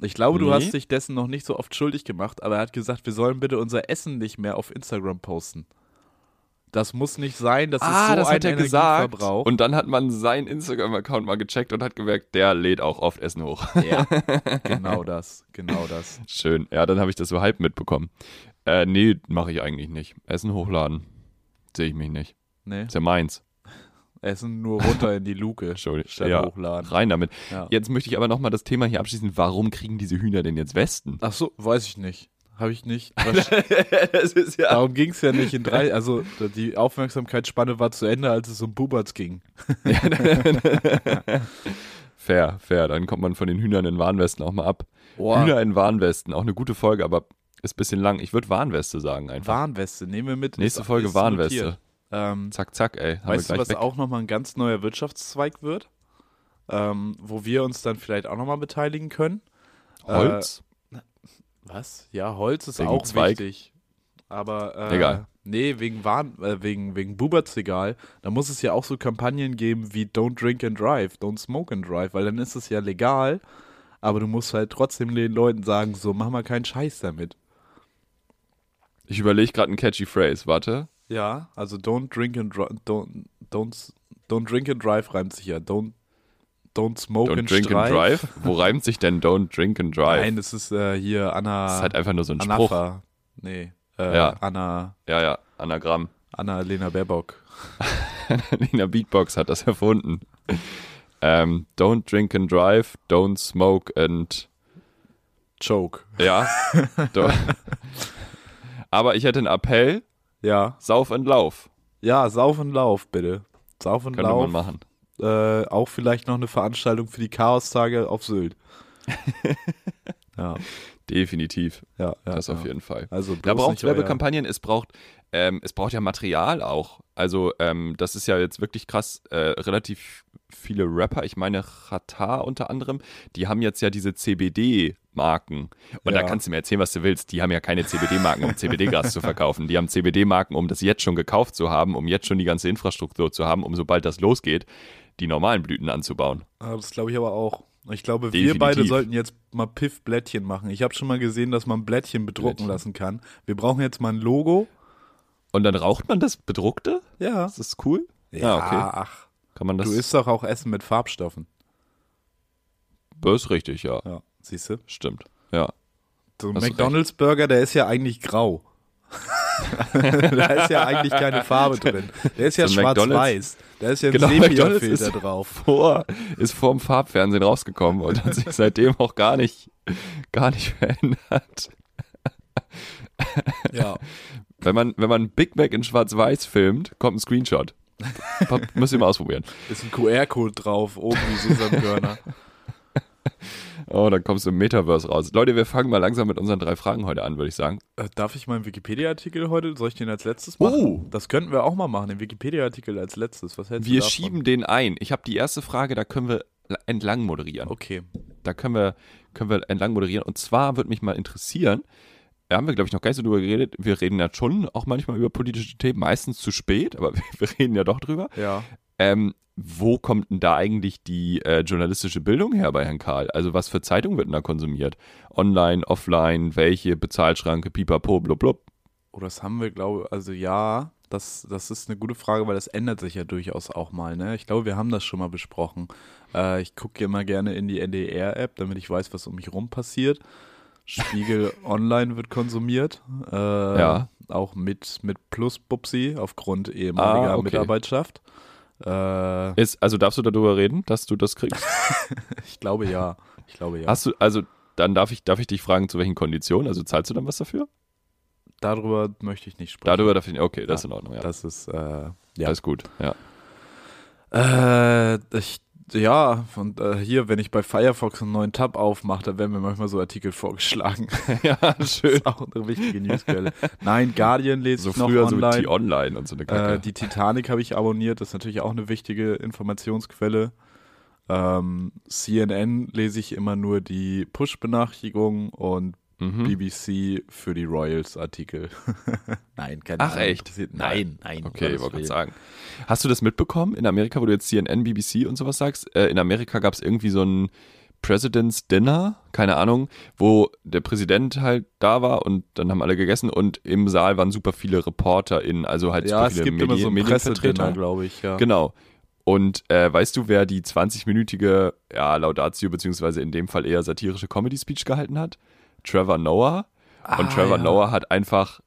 Ich glaube, du Nee. hast dich dessen noch nicht so oft schuldig gemacht, aber er hat gesagt, wir sollen bitte unser Essen nicht mehr auf Instagram posten. Das muss nicht sein, Ah, das Ah, ist so ein Energieverbrauch. Und dann hat man seinen Instagram-Account mal gecheckt und hat gemerkt, der lädt auch oft Essen hoch. ja, genau das, genau das. Schön. Ja, dann habe ich das so halb mitbekommen. Äh, nee, mache ich eigentlich nicht. Essen hochladen. Sehe ich mich nicht. Nee. Ist ja meins. ne? Essen nur runter in die Luke statt ja. hochladen. Rein damit. Ja. Jetzt möchte ich aber nochmal das Thema hier abschließen. Warum kriegen diese Hühner denn jetzt Westen? Ach so, weiß ich nicht. Habe ich nicht. das ist ja. Darum ging es ja nicht in drei. Also die Aufmerksamkeitsspanne war zu Ende, als es um Buberts ging. Fair, fair. Dann kommt man von den Hühnern in Warnwesten auch mal ab. Boah. Hühner in Warnwesten, auch eine gute Folge, aber ist ein bisschen lang. Ich würde Warnweste sagen einfach. Warnweste, nehmen wir mit. Nächste Ist- Folge ist Warnweste. notiert. Ähm, Zack, zack, ey. Haben weißt wir gleich du, was weg. auch nochmal ein ganz neuer Wirtschaftszweig wird? Ähm, wo wir uns dann vielleicht auch nochmal beteiligen können? äh, Holz? Was? Ja, Holz ist Wegen auch Zweig? wichtig. Aber äh, Egal. nee, wegen, Warn, äh, wegen, wegen Buberts egal. Da muss es ja auch so Kampagnen geben wie Don't Drink and Drive, Don't Smoke and Drive, weil dann ist es ja legal, aber du musst halt trotzdem den Leuten sagen, so mach mal keinen Scheiß damit. ich überlege gerade einen catchy Phrase. Warte. Ja, also Don't Drink and Drive, don't, don't, s- don't Drink and Drive reimt sich ja. Don't, don't Smoke Don't and, drink drive. and drive. Wo reimt sich denn Don't drink and drive? Nein, das ist äh, hier Anna. das ist halt einfach nur so ein Anapha. Spruch. Nee, äh, Ja. Anna, Ja, ja. Anagramm. Anna-Lena Baerbock. Nina Beatbox hat das erfunden. Ähm, don't drink and drive. Don't smoke and Joke. Ja. Doch. Aber ich hätte einen Appell: Ja. Sauf und Lauf. Ja, Sauf und Lauf, bitte. Sauf und Könnte man Lauf. machen. Äh, auch vielleicht noch eine Veranstaltung für die Chaostage auf Sylt. ja, Definitiv. ja, ja. das ja. auf jeden Fall. Also Da bloß braucht nicht es euer- Werbekampagnen, es braucht, ähm, es braucht ja Material auch. Also, ähm, das ist ja jetzt wirklich krass, äh, relativ viele Rapper, ich meine Chata unter anderem, die haben jetzt ja diese CBD-Marken. Und da Ja. kannst du mir erzählen, was du willst. Die haben ja keine CBD-Marken, um CBD-Gras zu verkaufen. Die haben CBD-Marken, um das jetzt schon gekauft zu haben, um jetzt schon die ganze Infrastruktur zu haben, um sobald das losgeht, die normalen Blüten anzubauen. Ah, Das glaube ich aber auch. Ich glaube, wir Definitiv. beide sollten jetzt mal Piff-Blättchen machen. Ich habe schon mal gesehen, dass man Blättchen bedrucken Blättchen. lassen kann. Wir brauchen jetzt mal ein Logo. Und dann raucht man das Bedruckte? Ja. Ist das cool? Ah, okay. ach. Kann man das? Du isst doch auch Essen mit Farbstoffen. das ist richtig, ja. Ja, siehst du? Stimmt. Ja. So ein Hast du recht. McDonalds-Burger, der ist ja eigentlich grau. da ist ja eigentlich keine Farbe drin. Der ist ja So ein McDonald's- schwarz-weiß. Da ist ja ein Genau, McDonald's Sepia-Filter ist- drauf. Vor, ist vorm Farbfernsehen rausgekommen und hat sich seitdem auch gar nicht, gar nicht verändert. Ja. Wenn man, wenn man Big Mac in Schwarz-Weiß filmt, kommt ein Screenshot. Pa- Müsst ihr mal ausprobieren. Ist ein QR-Code drauf, oben wie Sesamkörner. Oh, dann kommst du im Metaverse raus. Leute, wir fangen mal langsam mit unseren drei Fragen heute an, würde ich sagen. Äh, Darf ich meinen Wikipedia-Artikel heute, soll ich den als letztes machen? Oh. Das könnten wir auch mal machen, den Wikipedia-Artikel als letztes. Was hältst Wir du davon? schieben den ein. Ich habe die erste Frage, da können wir entlang moderieren. Okay. Da können wir, können wir entlang moderieren. Und zwar würde mich mal interessieren, da haben wir, glaube ich, noch gar nicht so drüber geredet. Wir reden ja schon auch manchmal über politische Themen, meistens zu spät, aber wir, wir reden ja doch drüber. Ja. Ähm, wo kommt denn da eigentlich die äh, journalistische Bildung her bei Herrn Karl? Also was für Zeitungen wird denn da konsumiert? Online, offline, welche, Bezahlschranke, pipapo, blub, blub. Oh, das haben wir, glaube ich, also ja, das, das ist eine gute Frage, weil das ändert sich ja durchaus auch mal. Ne? Ich glaube, wir haben das schon mal besprochen. Äh, ich gucke immer gerne in die NDR-App, damit ich weiß, was um mich rum passiert. Spiegel Online wird konsumiert. Äh, Ja. Auch mit, mit Plus-Bubsi aufgrund ehemaliger Ah, okay. Mitarbeiterschaft. Äh, Ist, also darfst du darüber reden, dass du das kriegst? ich glaube ja. Ich glaube ja. Hast du, also dann darf ich, darf ich dich fragen, zu welchen Konditionen? Also zahlst du dann was dafür? Darüber möchte ich nicht sprechen. Darüber darf ich, okay, das ist in Ordnung, ja. Das ist, äh, ja. Alles gut, ja. Äh, ich, ja, und äh, hier, wenn ich bei Firefox einen neuen Tab aufmache, da werden mir manchmal so Artikel vorgeschlagen. ja, Das schön. ist auch eine wichtige Newsquelle. Nein, Guardian lese So ich noch früher so mit online. T-Online und so eine Kacke. äh, die Titanic habe ich abonniert, das ist natürlich auch eine wichtige Informationsquelle. Ähm, CNN lese ich immer nur die Push-Benachrichtigungen und mhm. BBC für die Royals-Artikel. nein, keine Ach, Ahnung. echt? interessiert- Nein, nein. Okay, um wollte gerade Gottes sagen. Hast du das mitbekommen in Amerika, wo du jetzt CNN, BBC und sowas sagst? Äh, in Amerika gab es irgendwie so ein President's Dinner, keine Ahnung, wo der Präsident halt da war und dann haben alle gegessen und im Saal waren super viele ReporterInnen, also halt Willen. Ja, super es viele gibt immer so einen Pressedinner, Medienvertreter. glaube ich. Ja. Genau. Und äh, weißt du, wer die 20-minütige ja, Laudatio, beziehungsweise in dem Fall eher satirische Comedy-Speech gehalten hat? Trevor Noah. Genau. Und Ah, Trevor ja. Noah hat einfach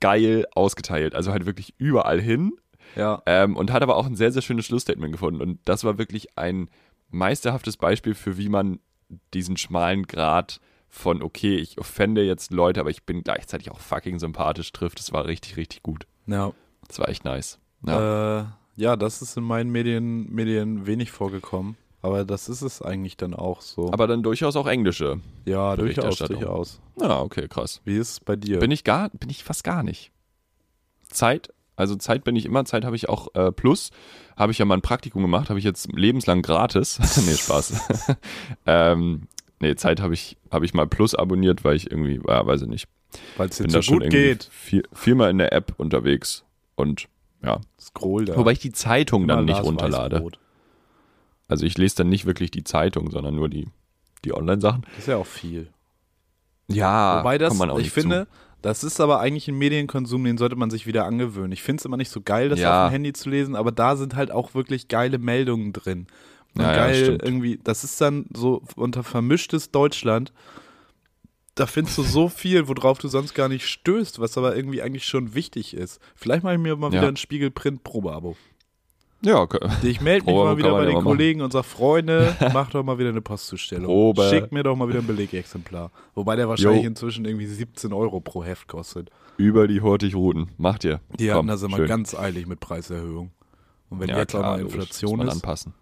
geil ausgeteilt. Also halt wirklich überall hin. Ja. Ähm, und hat aber auch ein sehr, sehr schönes Schlussstatement gefunden. Und das war wirklich ein meisterhaftes Beispiel für, wie man diesen schmalen Grad von, okay, ich offende jetzt Leute, aber ich bin gleichzeitig auch fucking sympathisch trifft. Das war richtig, richtig gut. Ja, Das war echt nice. Ja. ja. Äh, ja das ist in meinen Medien, Medien wenig vorgekommen. Aber das ist es eigentlich dann auch so. aber dann durchaus auch englische. ja, durchaus, Berichterstattung. durchaus. Ja, okay, krass. Wie ist es bei dir? Bin ich gar, bin ich fast gar nicht. Zeit, also Zeit bin ich immer, Zeit habe ich auch äh, plus. Habe ich ja mal ein Praktikum gemacht, habe ich jetzt lebenslang gratis. nee, Spaß. ähm, nee, Zeit habe ich, habe ich mal plus abonniert, weil ich irgendwie, ja, weiß ich nicht, Weil es bin jetzt da so schon gut irgendwie geht. Viel, vielmal in der App unterwegs. Und ja. Scroll da. Wobei ich die Zeitung Immer dann nicht Lars runterlade. Weißbrot. Also ich lese dann nicht wirklich die Zeitung, sondern nur die, die Online-Sachen. Das ist ja auch viel. Ja, Wobei das, kommt man auch ich nicht zu. finde, das ist aber eigentlich ein Medienkonsum, den sollte man sich wieder angewöhnen. Ich finde es immer nicht so geil, das Ja. auf dem Handy zu lesen, aber da sind halt auch wirklich geile Meldungen drin. Und Ja, ja, geil stimmt. irgendwie, das ist dann so unter vermischtes Deutschland. Da findest du so viel, worauf du sonst gar nicht stößt, was aber irgendwie eigentlich schon wichtig ist. Vielleicht mache ich mir mal Ja. wieder ein Spiegel-Print-Probeabo. Ja, okay. Ich melde mich Probe mal kann wieder man bei ja den mal machen. Kollegen und sage, Freunde, mach doch mal wieder eine Postzustellung. Probe. Schickt mir doch mal wieder ein Belegexemplar. Wobei der wahrscheinlich Jo. inzwischen irgendwie 17 Euro pro Heft kostet. über die Hurtigruten. Macht ihr. Die hatten Komm, das immer schön. ganz eilig mit Preiserhöhung. Und wenn ja, jetzt klar, auch noch logisch. Inflation Muss man ist, anpassen.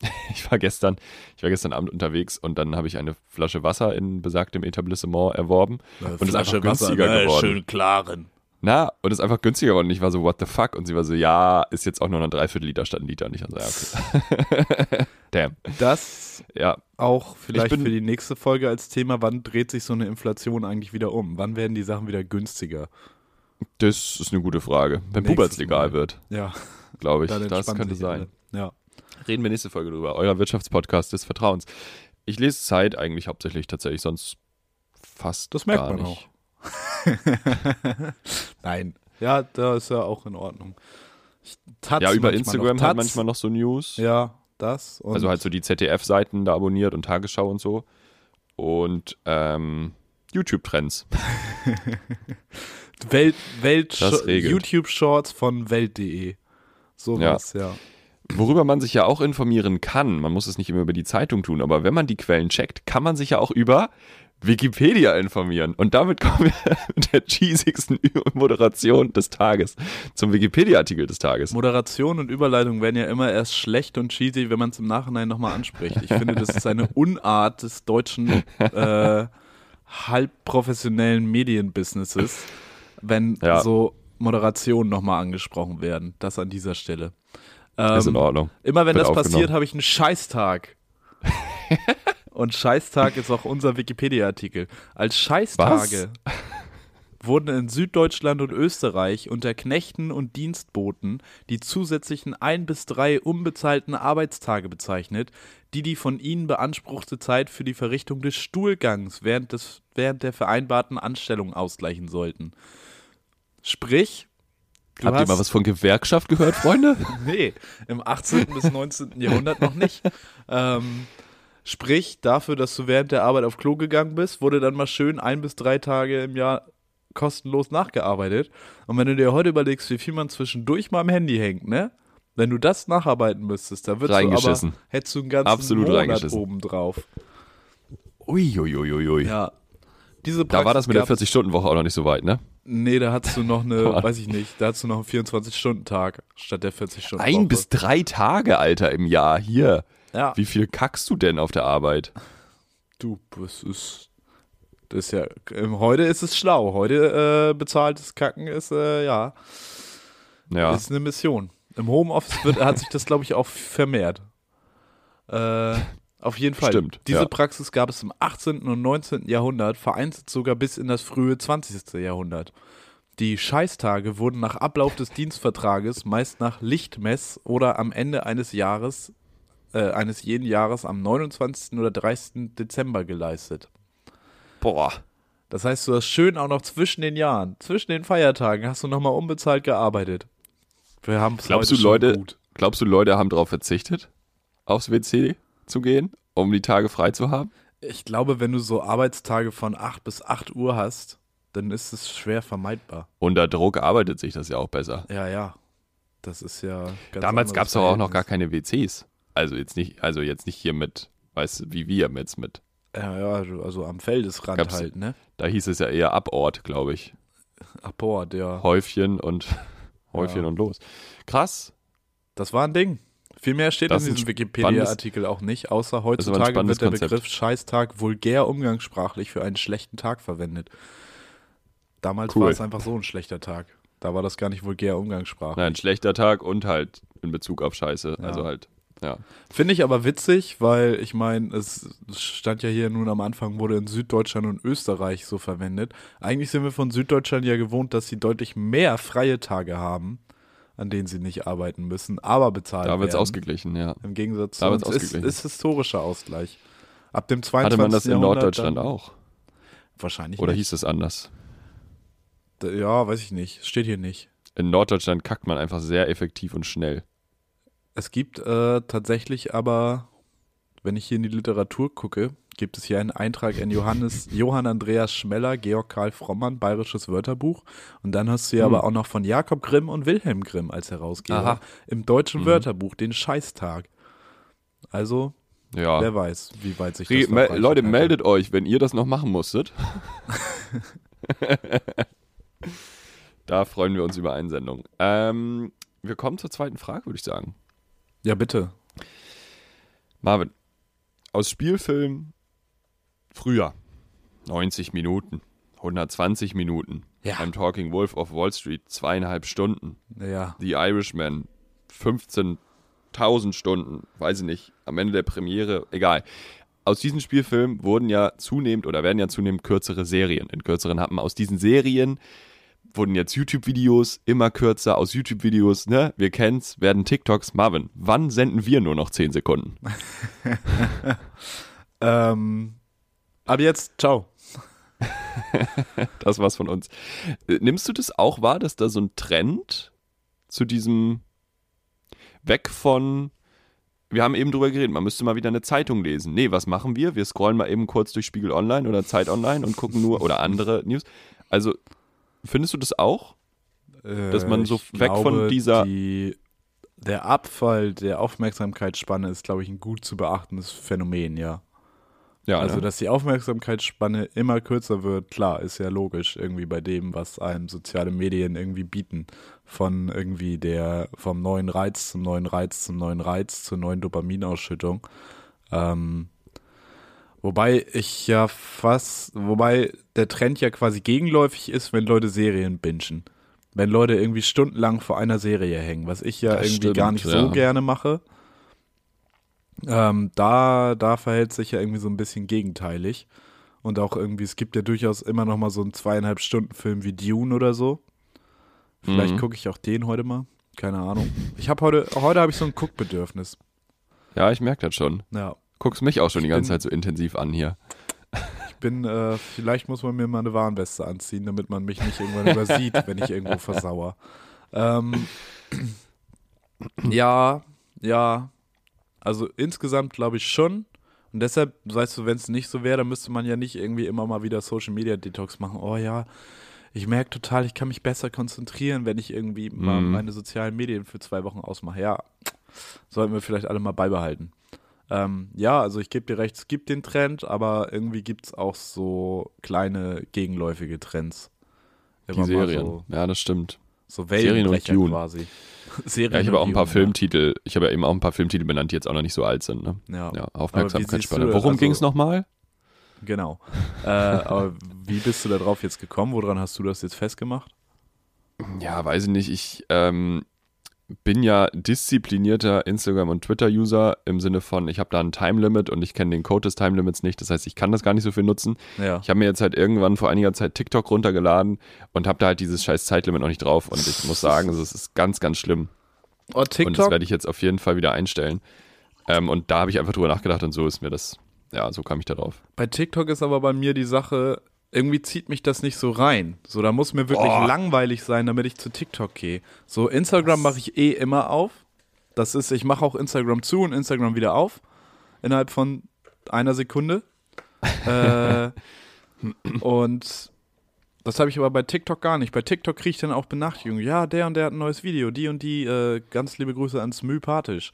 Ich war gestern, ich war gestern Abend unterwegs und dann habe ich eine Flasche Wasser in besagtem Etablissement erworben äh, und es ist einfach günstiger geworden. ne, schön klaren. Na, und es ist einfach günstiger geworden. Und ich war so, what the fuck? Und sie war so, ja, ist jetzt auch nur noch ein Dreiviertel Liter statt ein Liter. Und ich war so, ja, okay. Damn. Das Ja, auch vielleicht Ich bin- für die nächste Folge als Thema, wann dreht sich so eine Inflation eigentlich wieder um? Wann werden die Sachen wieder günstiger? das ist eine gute Frage. Wenn Nächstes Puberts legal Mal. wird, Ja, glaube ich. dann Das entspannt könnte sich sein. alle. Ja. Reden wir nächste Folge drüber. Euer Wirtschaftspodcast des Vertrauens. Ich lese Zeit eigentlich hauptsächlich tatsächlich, sonst fast Das merkt gar man nicht. auch. Nein. Ja, da ist ja auch in Ordnung. Ich, Taz Ja, über manchmal Instagram noch. halt Taz, manchmal noch so News. Ja, das. Und Also halt so die ZDF-Seiten da abonniert und Tagesschau und so. Und ähm, YouTube-Trends. Welt, Welt Das regelt. YouTube-Shorts von Welt.de. So Ja. was, ja. Worüber man sich ja auch informieren kann, man muss es nicht immer über die Zeitung tun, aber wenn man die Quellen checkt, kann man sich ja auch über Wikipedia informieren. Und damit kommen wir mit der cheesigsten Moderation des Tages zum Wikipedia-Artikel des Tages. Moderation und Überleitung werden ja immer erst schlecht und cheesy, wenn man es im Nachhinein nochmal anspricht. Ich finde, das ist eine Unart des deutschen äh, halbprofessionellen Medienbusinesses, wenn Ja. so Moderationen nochmal angesprochen werden. Das an dieser Stelle. Ist Ähm, in Ordnung. Immer wenn Wird das passiert, aufgenommen. habe ich einen Scheißtag. Und Scheißtag ist auch unser Wikipedia-Artikel. Als Scheißtage wurden in Süddeutschland und Österreich unter Knechten und Dienstboten die zusätzlichen ein bis drei unbezahlten Arbeitstage bezeichnet, die die von ihnen beanspruchte Zeit für die Verrichtung des Stuhlgangs während, des, während der vereinbarten Anstellung ausgleichen sollten. Sprich, du Habt ihr hast mal was von Gewerkschaft gehört, Freunde? Nee, im 18. bis 19. Jahrhundert noch nicht. Ähm, sprich, dafür, dass du während der Arbeit auf Klo gegangen bist, wurde dann mal schön ein bis drei Tage im Jahr kostenlos nachgearbeitet. Und wenn du dir heute überlegst, wie viel man zwischendurch mal am Handy hängt, ne? Wenn du das nacharbeiten müsstest, dann würdest du aber, Reingeschissen. hättest du einen ganzen Absolut Monat reingeschissen. obendrauf. Uiuiuiui. Ja. Diese Da war das mit der gab's- 40-Stunden-Woche auch noch nicht so weit, ne? Nee, da hattest du noch eine, Mann. weiß ich nicht, da hattest du noch einen 24-Stunden-Tag statt der 40-Stunden-Woche. Ein bis drei Tage, Alter, im Jahr hier. ja. Wie viel kackst du denn auf der Arbeit? Du, das ist. Das ist ja. ähm, Heute ist es schlau. Heute äh, bezahltes Kacken ist, äh, ja, Ja. ist eine Mission. Im Homeoffice wird, hat sich das, glaube ich, auch vermehrt. Äh, auf jeden Fall. Stimmt, Diese ja. Praxis gab es im 18. und 19. Jahrhundert, vereinzelt sogar bis in das frühe 20. Jahrhundert. Die Scheißtage wurden nach Ablauf des Dienstvertrages meist nach Lichtmess oder am Ende eines Jahres, äh, eines jeden Jahres am 29. oder 30. Dezember geleistet. Boah. Das heißt, du hast schön auch noch zwischen den Jahren, zwischen den Feiertagen hast du nochmal unbezahlt gearbeitet. Wir haben es Glaubst heute du, Leute, schon gut. glaubst du, Leute haben darauf verzichtet, aufs WC zu gehen, um die Tage frei zu haben? Ich glaube, wenn du so Arbeitstage von 8 bis 8 Uhr hast, dann ist es schwer vermeidbar. Unter Druck arbeitet sich das ja auch besser. Ja, ja. Das ist ja ganz Damals anderes gab es doch auch noch gar Verhältnis. keine WCs. Also jetzt nicht, also jetzt nicht hier mit, weißt du, wie wir jetzt mit. Ja, ja, also- also am Feldesrand Gab's- halt, ne? Da hieß es ja eher Abort, glaube ich. Apport, ja. Häufchen und Häufchen Ja. und los. Krass. Das war ein Ding. Viel mehr steht Das in ist ein diesem Wikipedia-Artikel auch nicht, ist außer aber ein heutzutage spannendes wird der Konzept. Begriff Scheißtag vulgär umgangssprachlich für einen schlechten Tag verwendet. Damals Cool. war es einfach so ein schlechter Tag. Da war das gar nicht vulgär umgangssprachlich. Nein, schlechter Tag und halt in Bezug auf Scheiße. Ja. Also halt, ja. Finde ich aber witzig, weil ich meine, es stand ja hier nun am Anfang, wurde in Süddeutschland und Österreich so verwendet. Eigentlich sind wir von Süddeutschland ja gewohnt, dass sie deutlich mehr freie Tage haben, an denen sie nicht arbeiten müssen, aber bezahlt Da wird es Halt werden. ausgeglichen, ja. Im Gegensatz zu Da uns wird's ist, ausgeglichen. ist historischer Ausgleich. Ab dem 22. Hatte man das in Jahrhundert Norddeutschland dann- auch? Wahrscheinlich Oder nicht. hieß es anders? D- Ja, weiß ich nicht. Steht hier nicht. In Norddeutschland kackt man einfach sehr effektiv und schnell. Es gibt äh, tatsächlich aber, wenn ich hier in die Literatur gucke, gibt es hier einen Eintrag in Johannes, Johann Andreas Schmeller, Georg Karl Frommann, Bayerisches Wörterbuch. Und dann hast du hier Hm. aber auch noch von Jakob Grimm und Wilhelm Grimm als Herausgeber Aha. im deutschen Mhm. Wörterbuch, den Scheißtag. Also, Ja. wer weiß, wie weit sich das Re me verbreitet Ah. Leute, hat. meldet euch, wenn ihr das noch machen musstet. da freuen wir uns über Einsendungen. Ähm, wir kommen zur zweiten Frage, würde ich sagen. Ja, bitte. Marvin, aus Spielfilmen früher 90 Minuten, 120 Minuten, Ja. I'm Talking Wolf of Wall Street zweieinhalb Stunden, Ja. The Irishman 15.000 Stunden, weiß ich nicht, am Ende der Premiere, egal. Aus diesen Spielfilmen wurden ja zunehmend oder werden ja zunehmend kürzere Serien in kürzeren Happen. Aus diesen Serien wurden jetzt YouTube-Videos immer kürzer. Aus YouTube-Videos, ne, wir kennen's, werden TikToks. Marvin, wann senden wir nur noch 10 Sekunden? Ähm, ab jetzt, ciao. Das war's von uns. Äh, Nimmst du das auch wahr, dass da so ein Trend zu diesem Weg von. Wir haben eben drüber geredet, man müsste mal wieder eine Zeitung lesen. Nee, was machen wir? Wir scrollen mal eben kurz durch Spiegel Online oder Zeit Online und gucken nur oder andere News. Also Findest du das auch? Äh, Dass man so ich weg von glaube, dieser- Die, der Abfall der Aufmerksamkeitsspanne ist, glaube ich, ein gut zu beachtendes Phänomen, ja. Ja, also, ne? dass die Aufmerksamkeitsspanne immer kürzer wird, klar, ist ja logisch irgendwie bei dem, was einem soziale Medien irgendwie bieten. Von irgendwie der, vom neuen Reiz zum neuen Reiz zum neuen Reiz zur neuen Dopaminausschüttung. Ähm, wobei ich ja fast, wobei der Trend ja quasi gegenläufig ist, wenn Leute Serien bingen. Wenn Leute irgendwie stundenlang vor einer Serie hängen, was ich ja Das irgendwie gar stimmt, nicht ja. so gerne mache. Ähm, da, da verhält sich ja irgendwie so ein bisschen gegenteilig. Und auch irgendwie, es gibt ja durchaus immer noch mal so einen zweieinhalb Stunden Film wie Dune oder so. Vielleicht Mhm. gucke ich auch den heute mal. Keine Ahnung. Ich habe heute, heute habe ich so ein Guckbedürfnis. ja, ich merke das schon. Ja, Guckst mich auch schon die Ich ganze bin- Zeit so intensiv an hier. ich bin, äh, vielleicht muss man mir mal eine Warnweste anziehen, damit man mich nicht irgendwann übersieht, wenn ich irgendwo versauer. Ähm, ja, ja. Also insgesamt glaube ich schon. Und deshalb, weißt du, wenn es nicht so wäre, dann müsste man ja nicht irgendwie immer mal wieder Social Media Detox machen. Oh ja, ich merke total, ich kann mich besser konzentrieren, wenn ich irgendwie mal Mhm. meine sozialen Medien für zwei Wochen ausmache. Ja, sollten wir vielleicht alle mal beibehalten. Ähm, ja, also ich gebe dir recht, es gibt den Trend, aber irgendwie gibt es auch so kleine gegenläufige Trends. Die Immer mal Serien. So, Ja, das stimmt. so Serien und Wellenbrecher Dune. quasi. Serien Ja, ich habe und auch ein paar Dune, Filmtitel, ich habe ja eben auch ein paar Filmtitel benannt, die jetzt auch noch nicht so alt sind, ne? Ja, Ja, Aber wie siehst du Aufmerksamkeitsspanne. das? Worum Also- ging's nochmal? genau. äh, aber wie bist du da drauf jetzt gekommen? Woran hast du das jetzt festgemacht? Ja, weiß ich nicht. Ich ähm, bin ja disziplinierter Instagram- und Twitter-User im Sinne von, ich habe da ein Timelimit und ich kenne den Code des Timelimits nicht. Das heißt, ich kann das gar nicht so viel nutzen. Ja. Ich habe mir jetzt halt irgendwann vor einiger Zeit TikTok runtergeladen und habe da halt dieses scheiß Zeitlimit noch nicht drauf. Und ich muss sagen, es ist ganz, ganz schlimm. Oh, Und das werde ich jetzt auf jeden Fall wieder einstellen. Ähm, und da habe ich einfach drüber nachgedacht und so ist mir das, ja, so kam ich da drauf. Bei TikTok ist aber bei mir die Sache, irgendwie zieht mich das nicht so rein. So, da muss mir wirklich Oh. langweilig sein, damit ich zu TikTok gehe. So, Instagram mache ich eh immer auf. Das ist, ich mache auch Instagram zu und Instagram wieder auf. Innerhalb von einer Sekunde. äh, und das habe ich aber bei TikTok gar nicht. Bei TikTok kriege ich dann auch Benachrichtigungen. Ja, der und der hat ein neues Video. Die und die, äh, ganz liebe Grüße an Smü Patisch.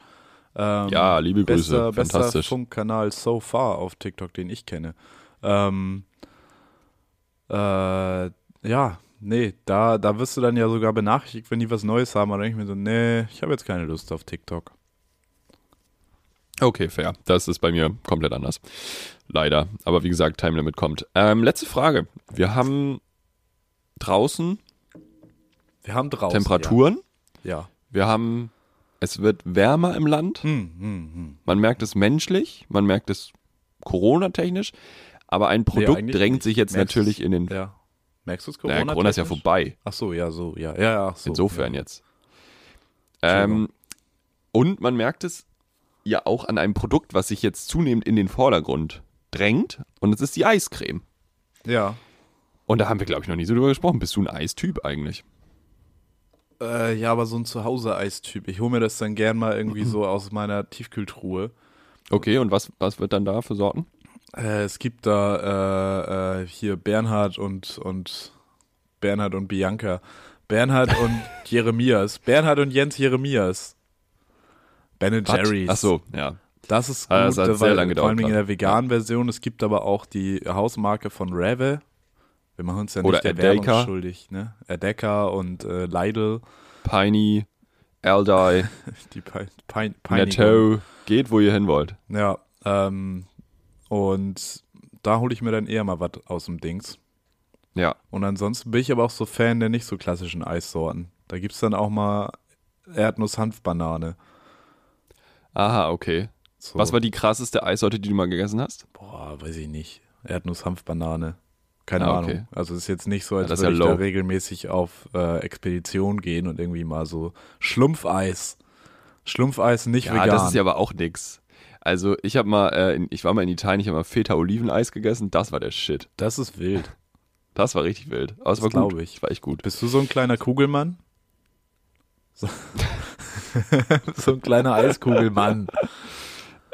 Ähm, Ja, liebe Grüße. bester, bester Fantastisch. Funkkanal so far auf TikTok, den ich kenne. Ähm, äh, ja, nee, da, da wirst du dann ja sogar benachrichtigt, wenn die was Neues haben. Aber dann denke ich mir so, nee, ich habe jetzt keine Lust auf TikTok. Okay, fair. Das ist bei mir komplett anders. Leider. Aber wie gesagt, Time Limit kommt. Ähm, letzte Frage. Wir haben draußen Wir haben draußen. Temperaturen. Ja. Wir haben, es wird wärmer im Land. ja. Hm, hm, hm. Man merkt es menschlich, man merkt es Corona-technisch. Aber ein Produkt eigentlich drängt nicht. sich jetzt Merkst natürlich in den. Ja. Merkst du es Corona? Corona, naja, Corona ist ja technisch? vorbei. Ach so, ja, so, ja. Ja, ja, ach so. Insofern jetzt. Ähm, Entschuldigung. und man merkt es ja auch an einem Produkt, was sich jetzt zunehmend in den Vordergrund drängt. Und es ist die Eiscreme. Ja. Und da haben wir, glaube ich, noch nie so drüber gesprochen. Bist du ein Eistyp eigentlich? Äh, ja, aber so ein Zuhause-Eistyp. Ich hole mir das dann gern mal irgendwie so aus meiner Tiefkühltruhe. Okay, und was, was wird dann da für Sorten? Äh, es gibt da äh, äh, hier Bernhard und, und Bernhard und Bianca. Bernhard und Jeremias. Bernhard und Jens Jeremias. Ben and Jerry's. Ach so, ja. Das ist gut, Ah, das hat sehr weil- lange gedauert, vor allem in klar. der veganen Version. Es gibt aber auch die Hausmarke von Rewe. Wir machen uns ja nicht Oder der Edeka. Werbung schuldig. Ne? Edeka und äh, Lidl. Piney, Aldi, Die Pein, Pein, Peinigung. Netto. Geht, wo ihr hin wollt. Ja, ähm, und da hole ich mir dann eher mal was aus dem Dings. Ja. Und ansonsten bin ich aber auch so Fan der nicht so klassischen Eissorten. Da gibt es dann auch mal Erdnuss-Hanf-Banane. Aha, okay. So. Was war die krasseste Eissorte, die du mal gegessen hast? Boah, weiß ich nicht. Erdnuss-Hanf-Banane. Keine Ah, Ahnung. okay. Also ist jetzt nicht so, als das ist würde ja ich low. da regelmäßig auf äh, Expedition gehen und irgendwie mal so Schlumpfeis. Schlumpfeis nicht Ja, vegan. das ist ja aber auch nix. Also ich habe mal, äh, in, ich war mal in Italien, ich habe mal Feta-Oliveneis gegessen. Das war der Shit. das ist wild. Das war richtig wild. Aber es war Das gut. glaub ich. Das war echt gut. Bist du so ein kleiner Kugelmann? So, so ein kleiner Eiskugelmann.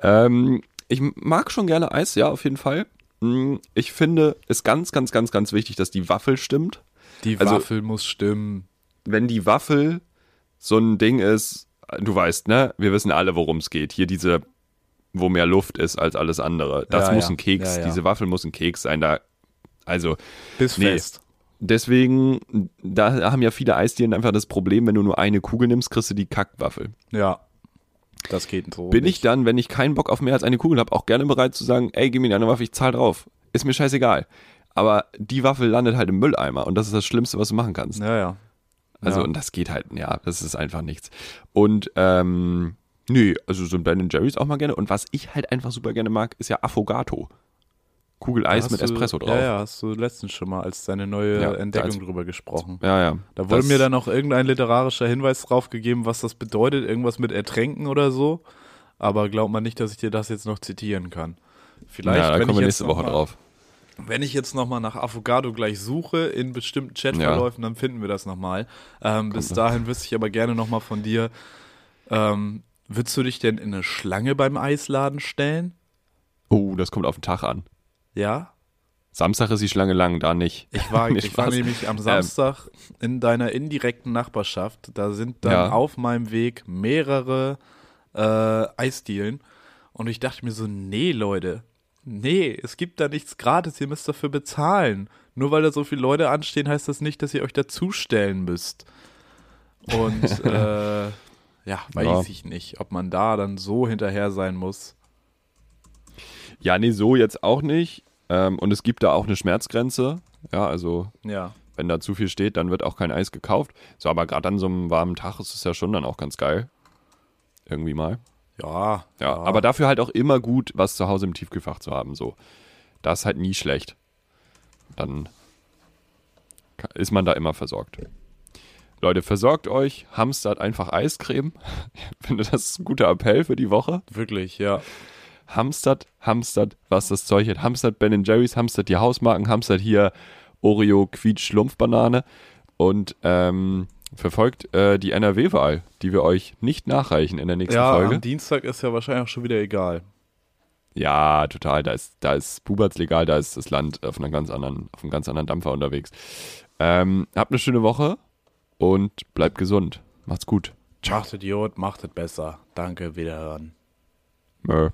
Ähm, ich mag schon gerne Eis, ja, auf jeden Fall. Mm, Ich finde es ganz, ganz, ganz, ganz wichtig, dass die Waffel stimmt. Die Also- Waffel muss stimmen. wenn die Waffel so ein Ding ist, du weißt, ne? Wir wissen alle, worum es geht. Hier diese, wo mehr Luft ist als alles andere. Das Ja, muss ja. ein Keks, Ja, ja. diese Waffel muss ein Keks sein. Da, also, Bis Nee. fest. deswegen, da haben ja viele Eisdielen einfach das Problem, wenn du nur eine Kugel nimmst, kriegst du die Kackwaffel. Ja. Das geht so. Bin ich dann, wenn ich keinen Bock auf mehr als eine Kugel habe, auch gerne bereit zu sagen, ey, gib mir eine Waffe, ich zahl drauf. Ist mir scheißegal. Aber die Waffel landet halt im Mülleimer und das ist das Schlimmste, was du machen kannst. Ja, ja. Also, Ja. und das geht halt, ja, das ist einfach nichts. Und, ähm, nee, also so ein Ben Jerry's auch mal gerne. Und was ich halt einfach super gerne mag, ist ja Affogato. Kugel Eis Hast mit du- Espresso drauf. Ja, ja, hast du letztens schon mal als deine neue Ja, Entdeckung da als- drüber gesprochen. ja. ja. Da wurde Das- mir dann auch irgendein literarischer Hinweis drauf gegeben, was das bedeutet, irgendwas mit Ertränken oder so. Aber glaub mal nicht, dass ich dir das jetzt noch zitieren kann. Vielleicht, Ja, da wenn, kommen ich wir jetzt nächste noch Woche mal, drauf. wenn ich jetzt nochmal nach Avocado gleich suche in bestimmten Chatverläufen, dann finden wir das nochmal. Ähm, bis dahin wüsste ich aber gerne nochmal von dir, ähm, würdest du dich denn in eine Schlange beim Eisladen stellen? Oh, das kommt auf den Tag an. Ja? Samstag ist die Schlange lang, da nicht. Ähm. Ich war, Nee, ich war Spaß. nämlich am Samstag in deiner indirekten Nachbarschaft. Da sind dann Ja. auf meinem Weg mehrere äh, Eisdielen. Und ich dachte mir so, nee, Leute, nee, es gibt da nichts gratis, ihr müsst dafür bezahlen. Nur weil da so viele Leute anstehen, heißt das nicht, dass ihr euch dazustellen müsst. Und äh, ja, weiß Ja. ich nicht, ob man da dann so hinterher sein muss. Ja, nee, so jetzt auch nicht. Ähm, und es gibt da auch eine Schmerzgrenze. Ja, also Ja. wenn da zu viel steht, dann wird auch kein Eis gekauft. So, aber gerade an so einem warmen Tag ist es ja schon dann auch ganz geil. Irgendwie mal. Ja. Ja, aber dafür halt auch immer gut, was zu Hause im Tiefkühlfach zu haben. So, das ist halt nie schlecht. Dann ka- ist man da immer versorgt. Leute, versorgt euch, hamstert einfach Eiscreme. Ich finde, das ist ein guter Appell für die Woche. Wirklich, ja. Hamstert, hamstert, was das Zeug hat. Hamstert Ben Jerry's, hamstert die Hausmarken, hamstert hier Oreo, Quietsch, Schlumpfbanane und ähm, verfolgt äh, die NRW-Wahl, die wir euch nicht nachreichen in der nächsten Ja, Folge. am Dienstag ist ja wahrscheinlich auch schon wieder egal. Ja, total. Da ist, da ist Buberts legal, da ist das Land auf, einer ganz anderen, auf einem ganz anderen Dampfer unterwegs. Ähm, habt eine schöne Woche und bleibt gesund. Macht's gut. Machtet Jod, machtet besser. Danke, wiederhören. Mö.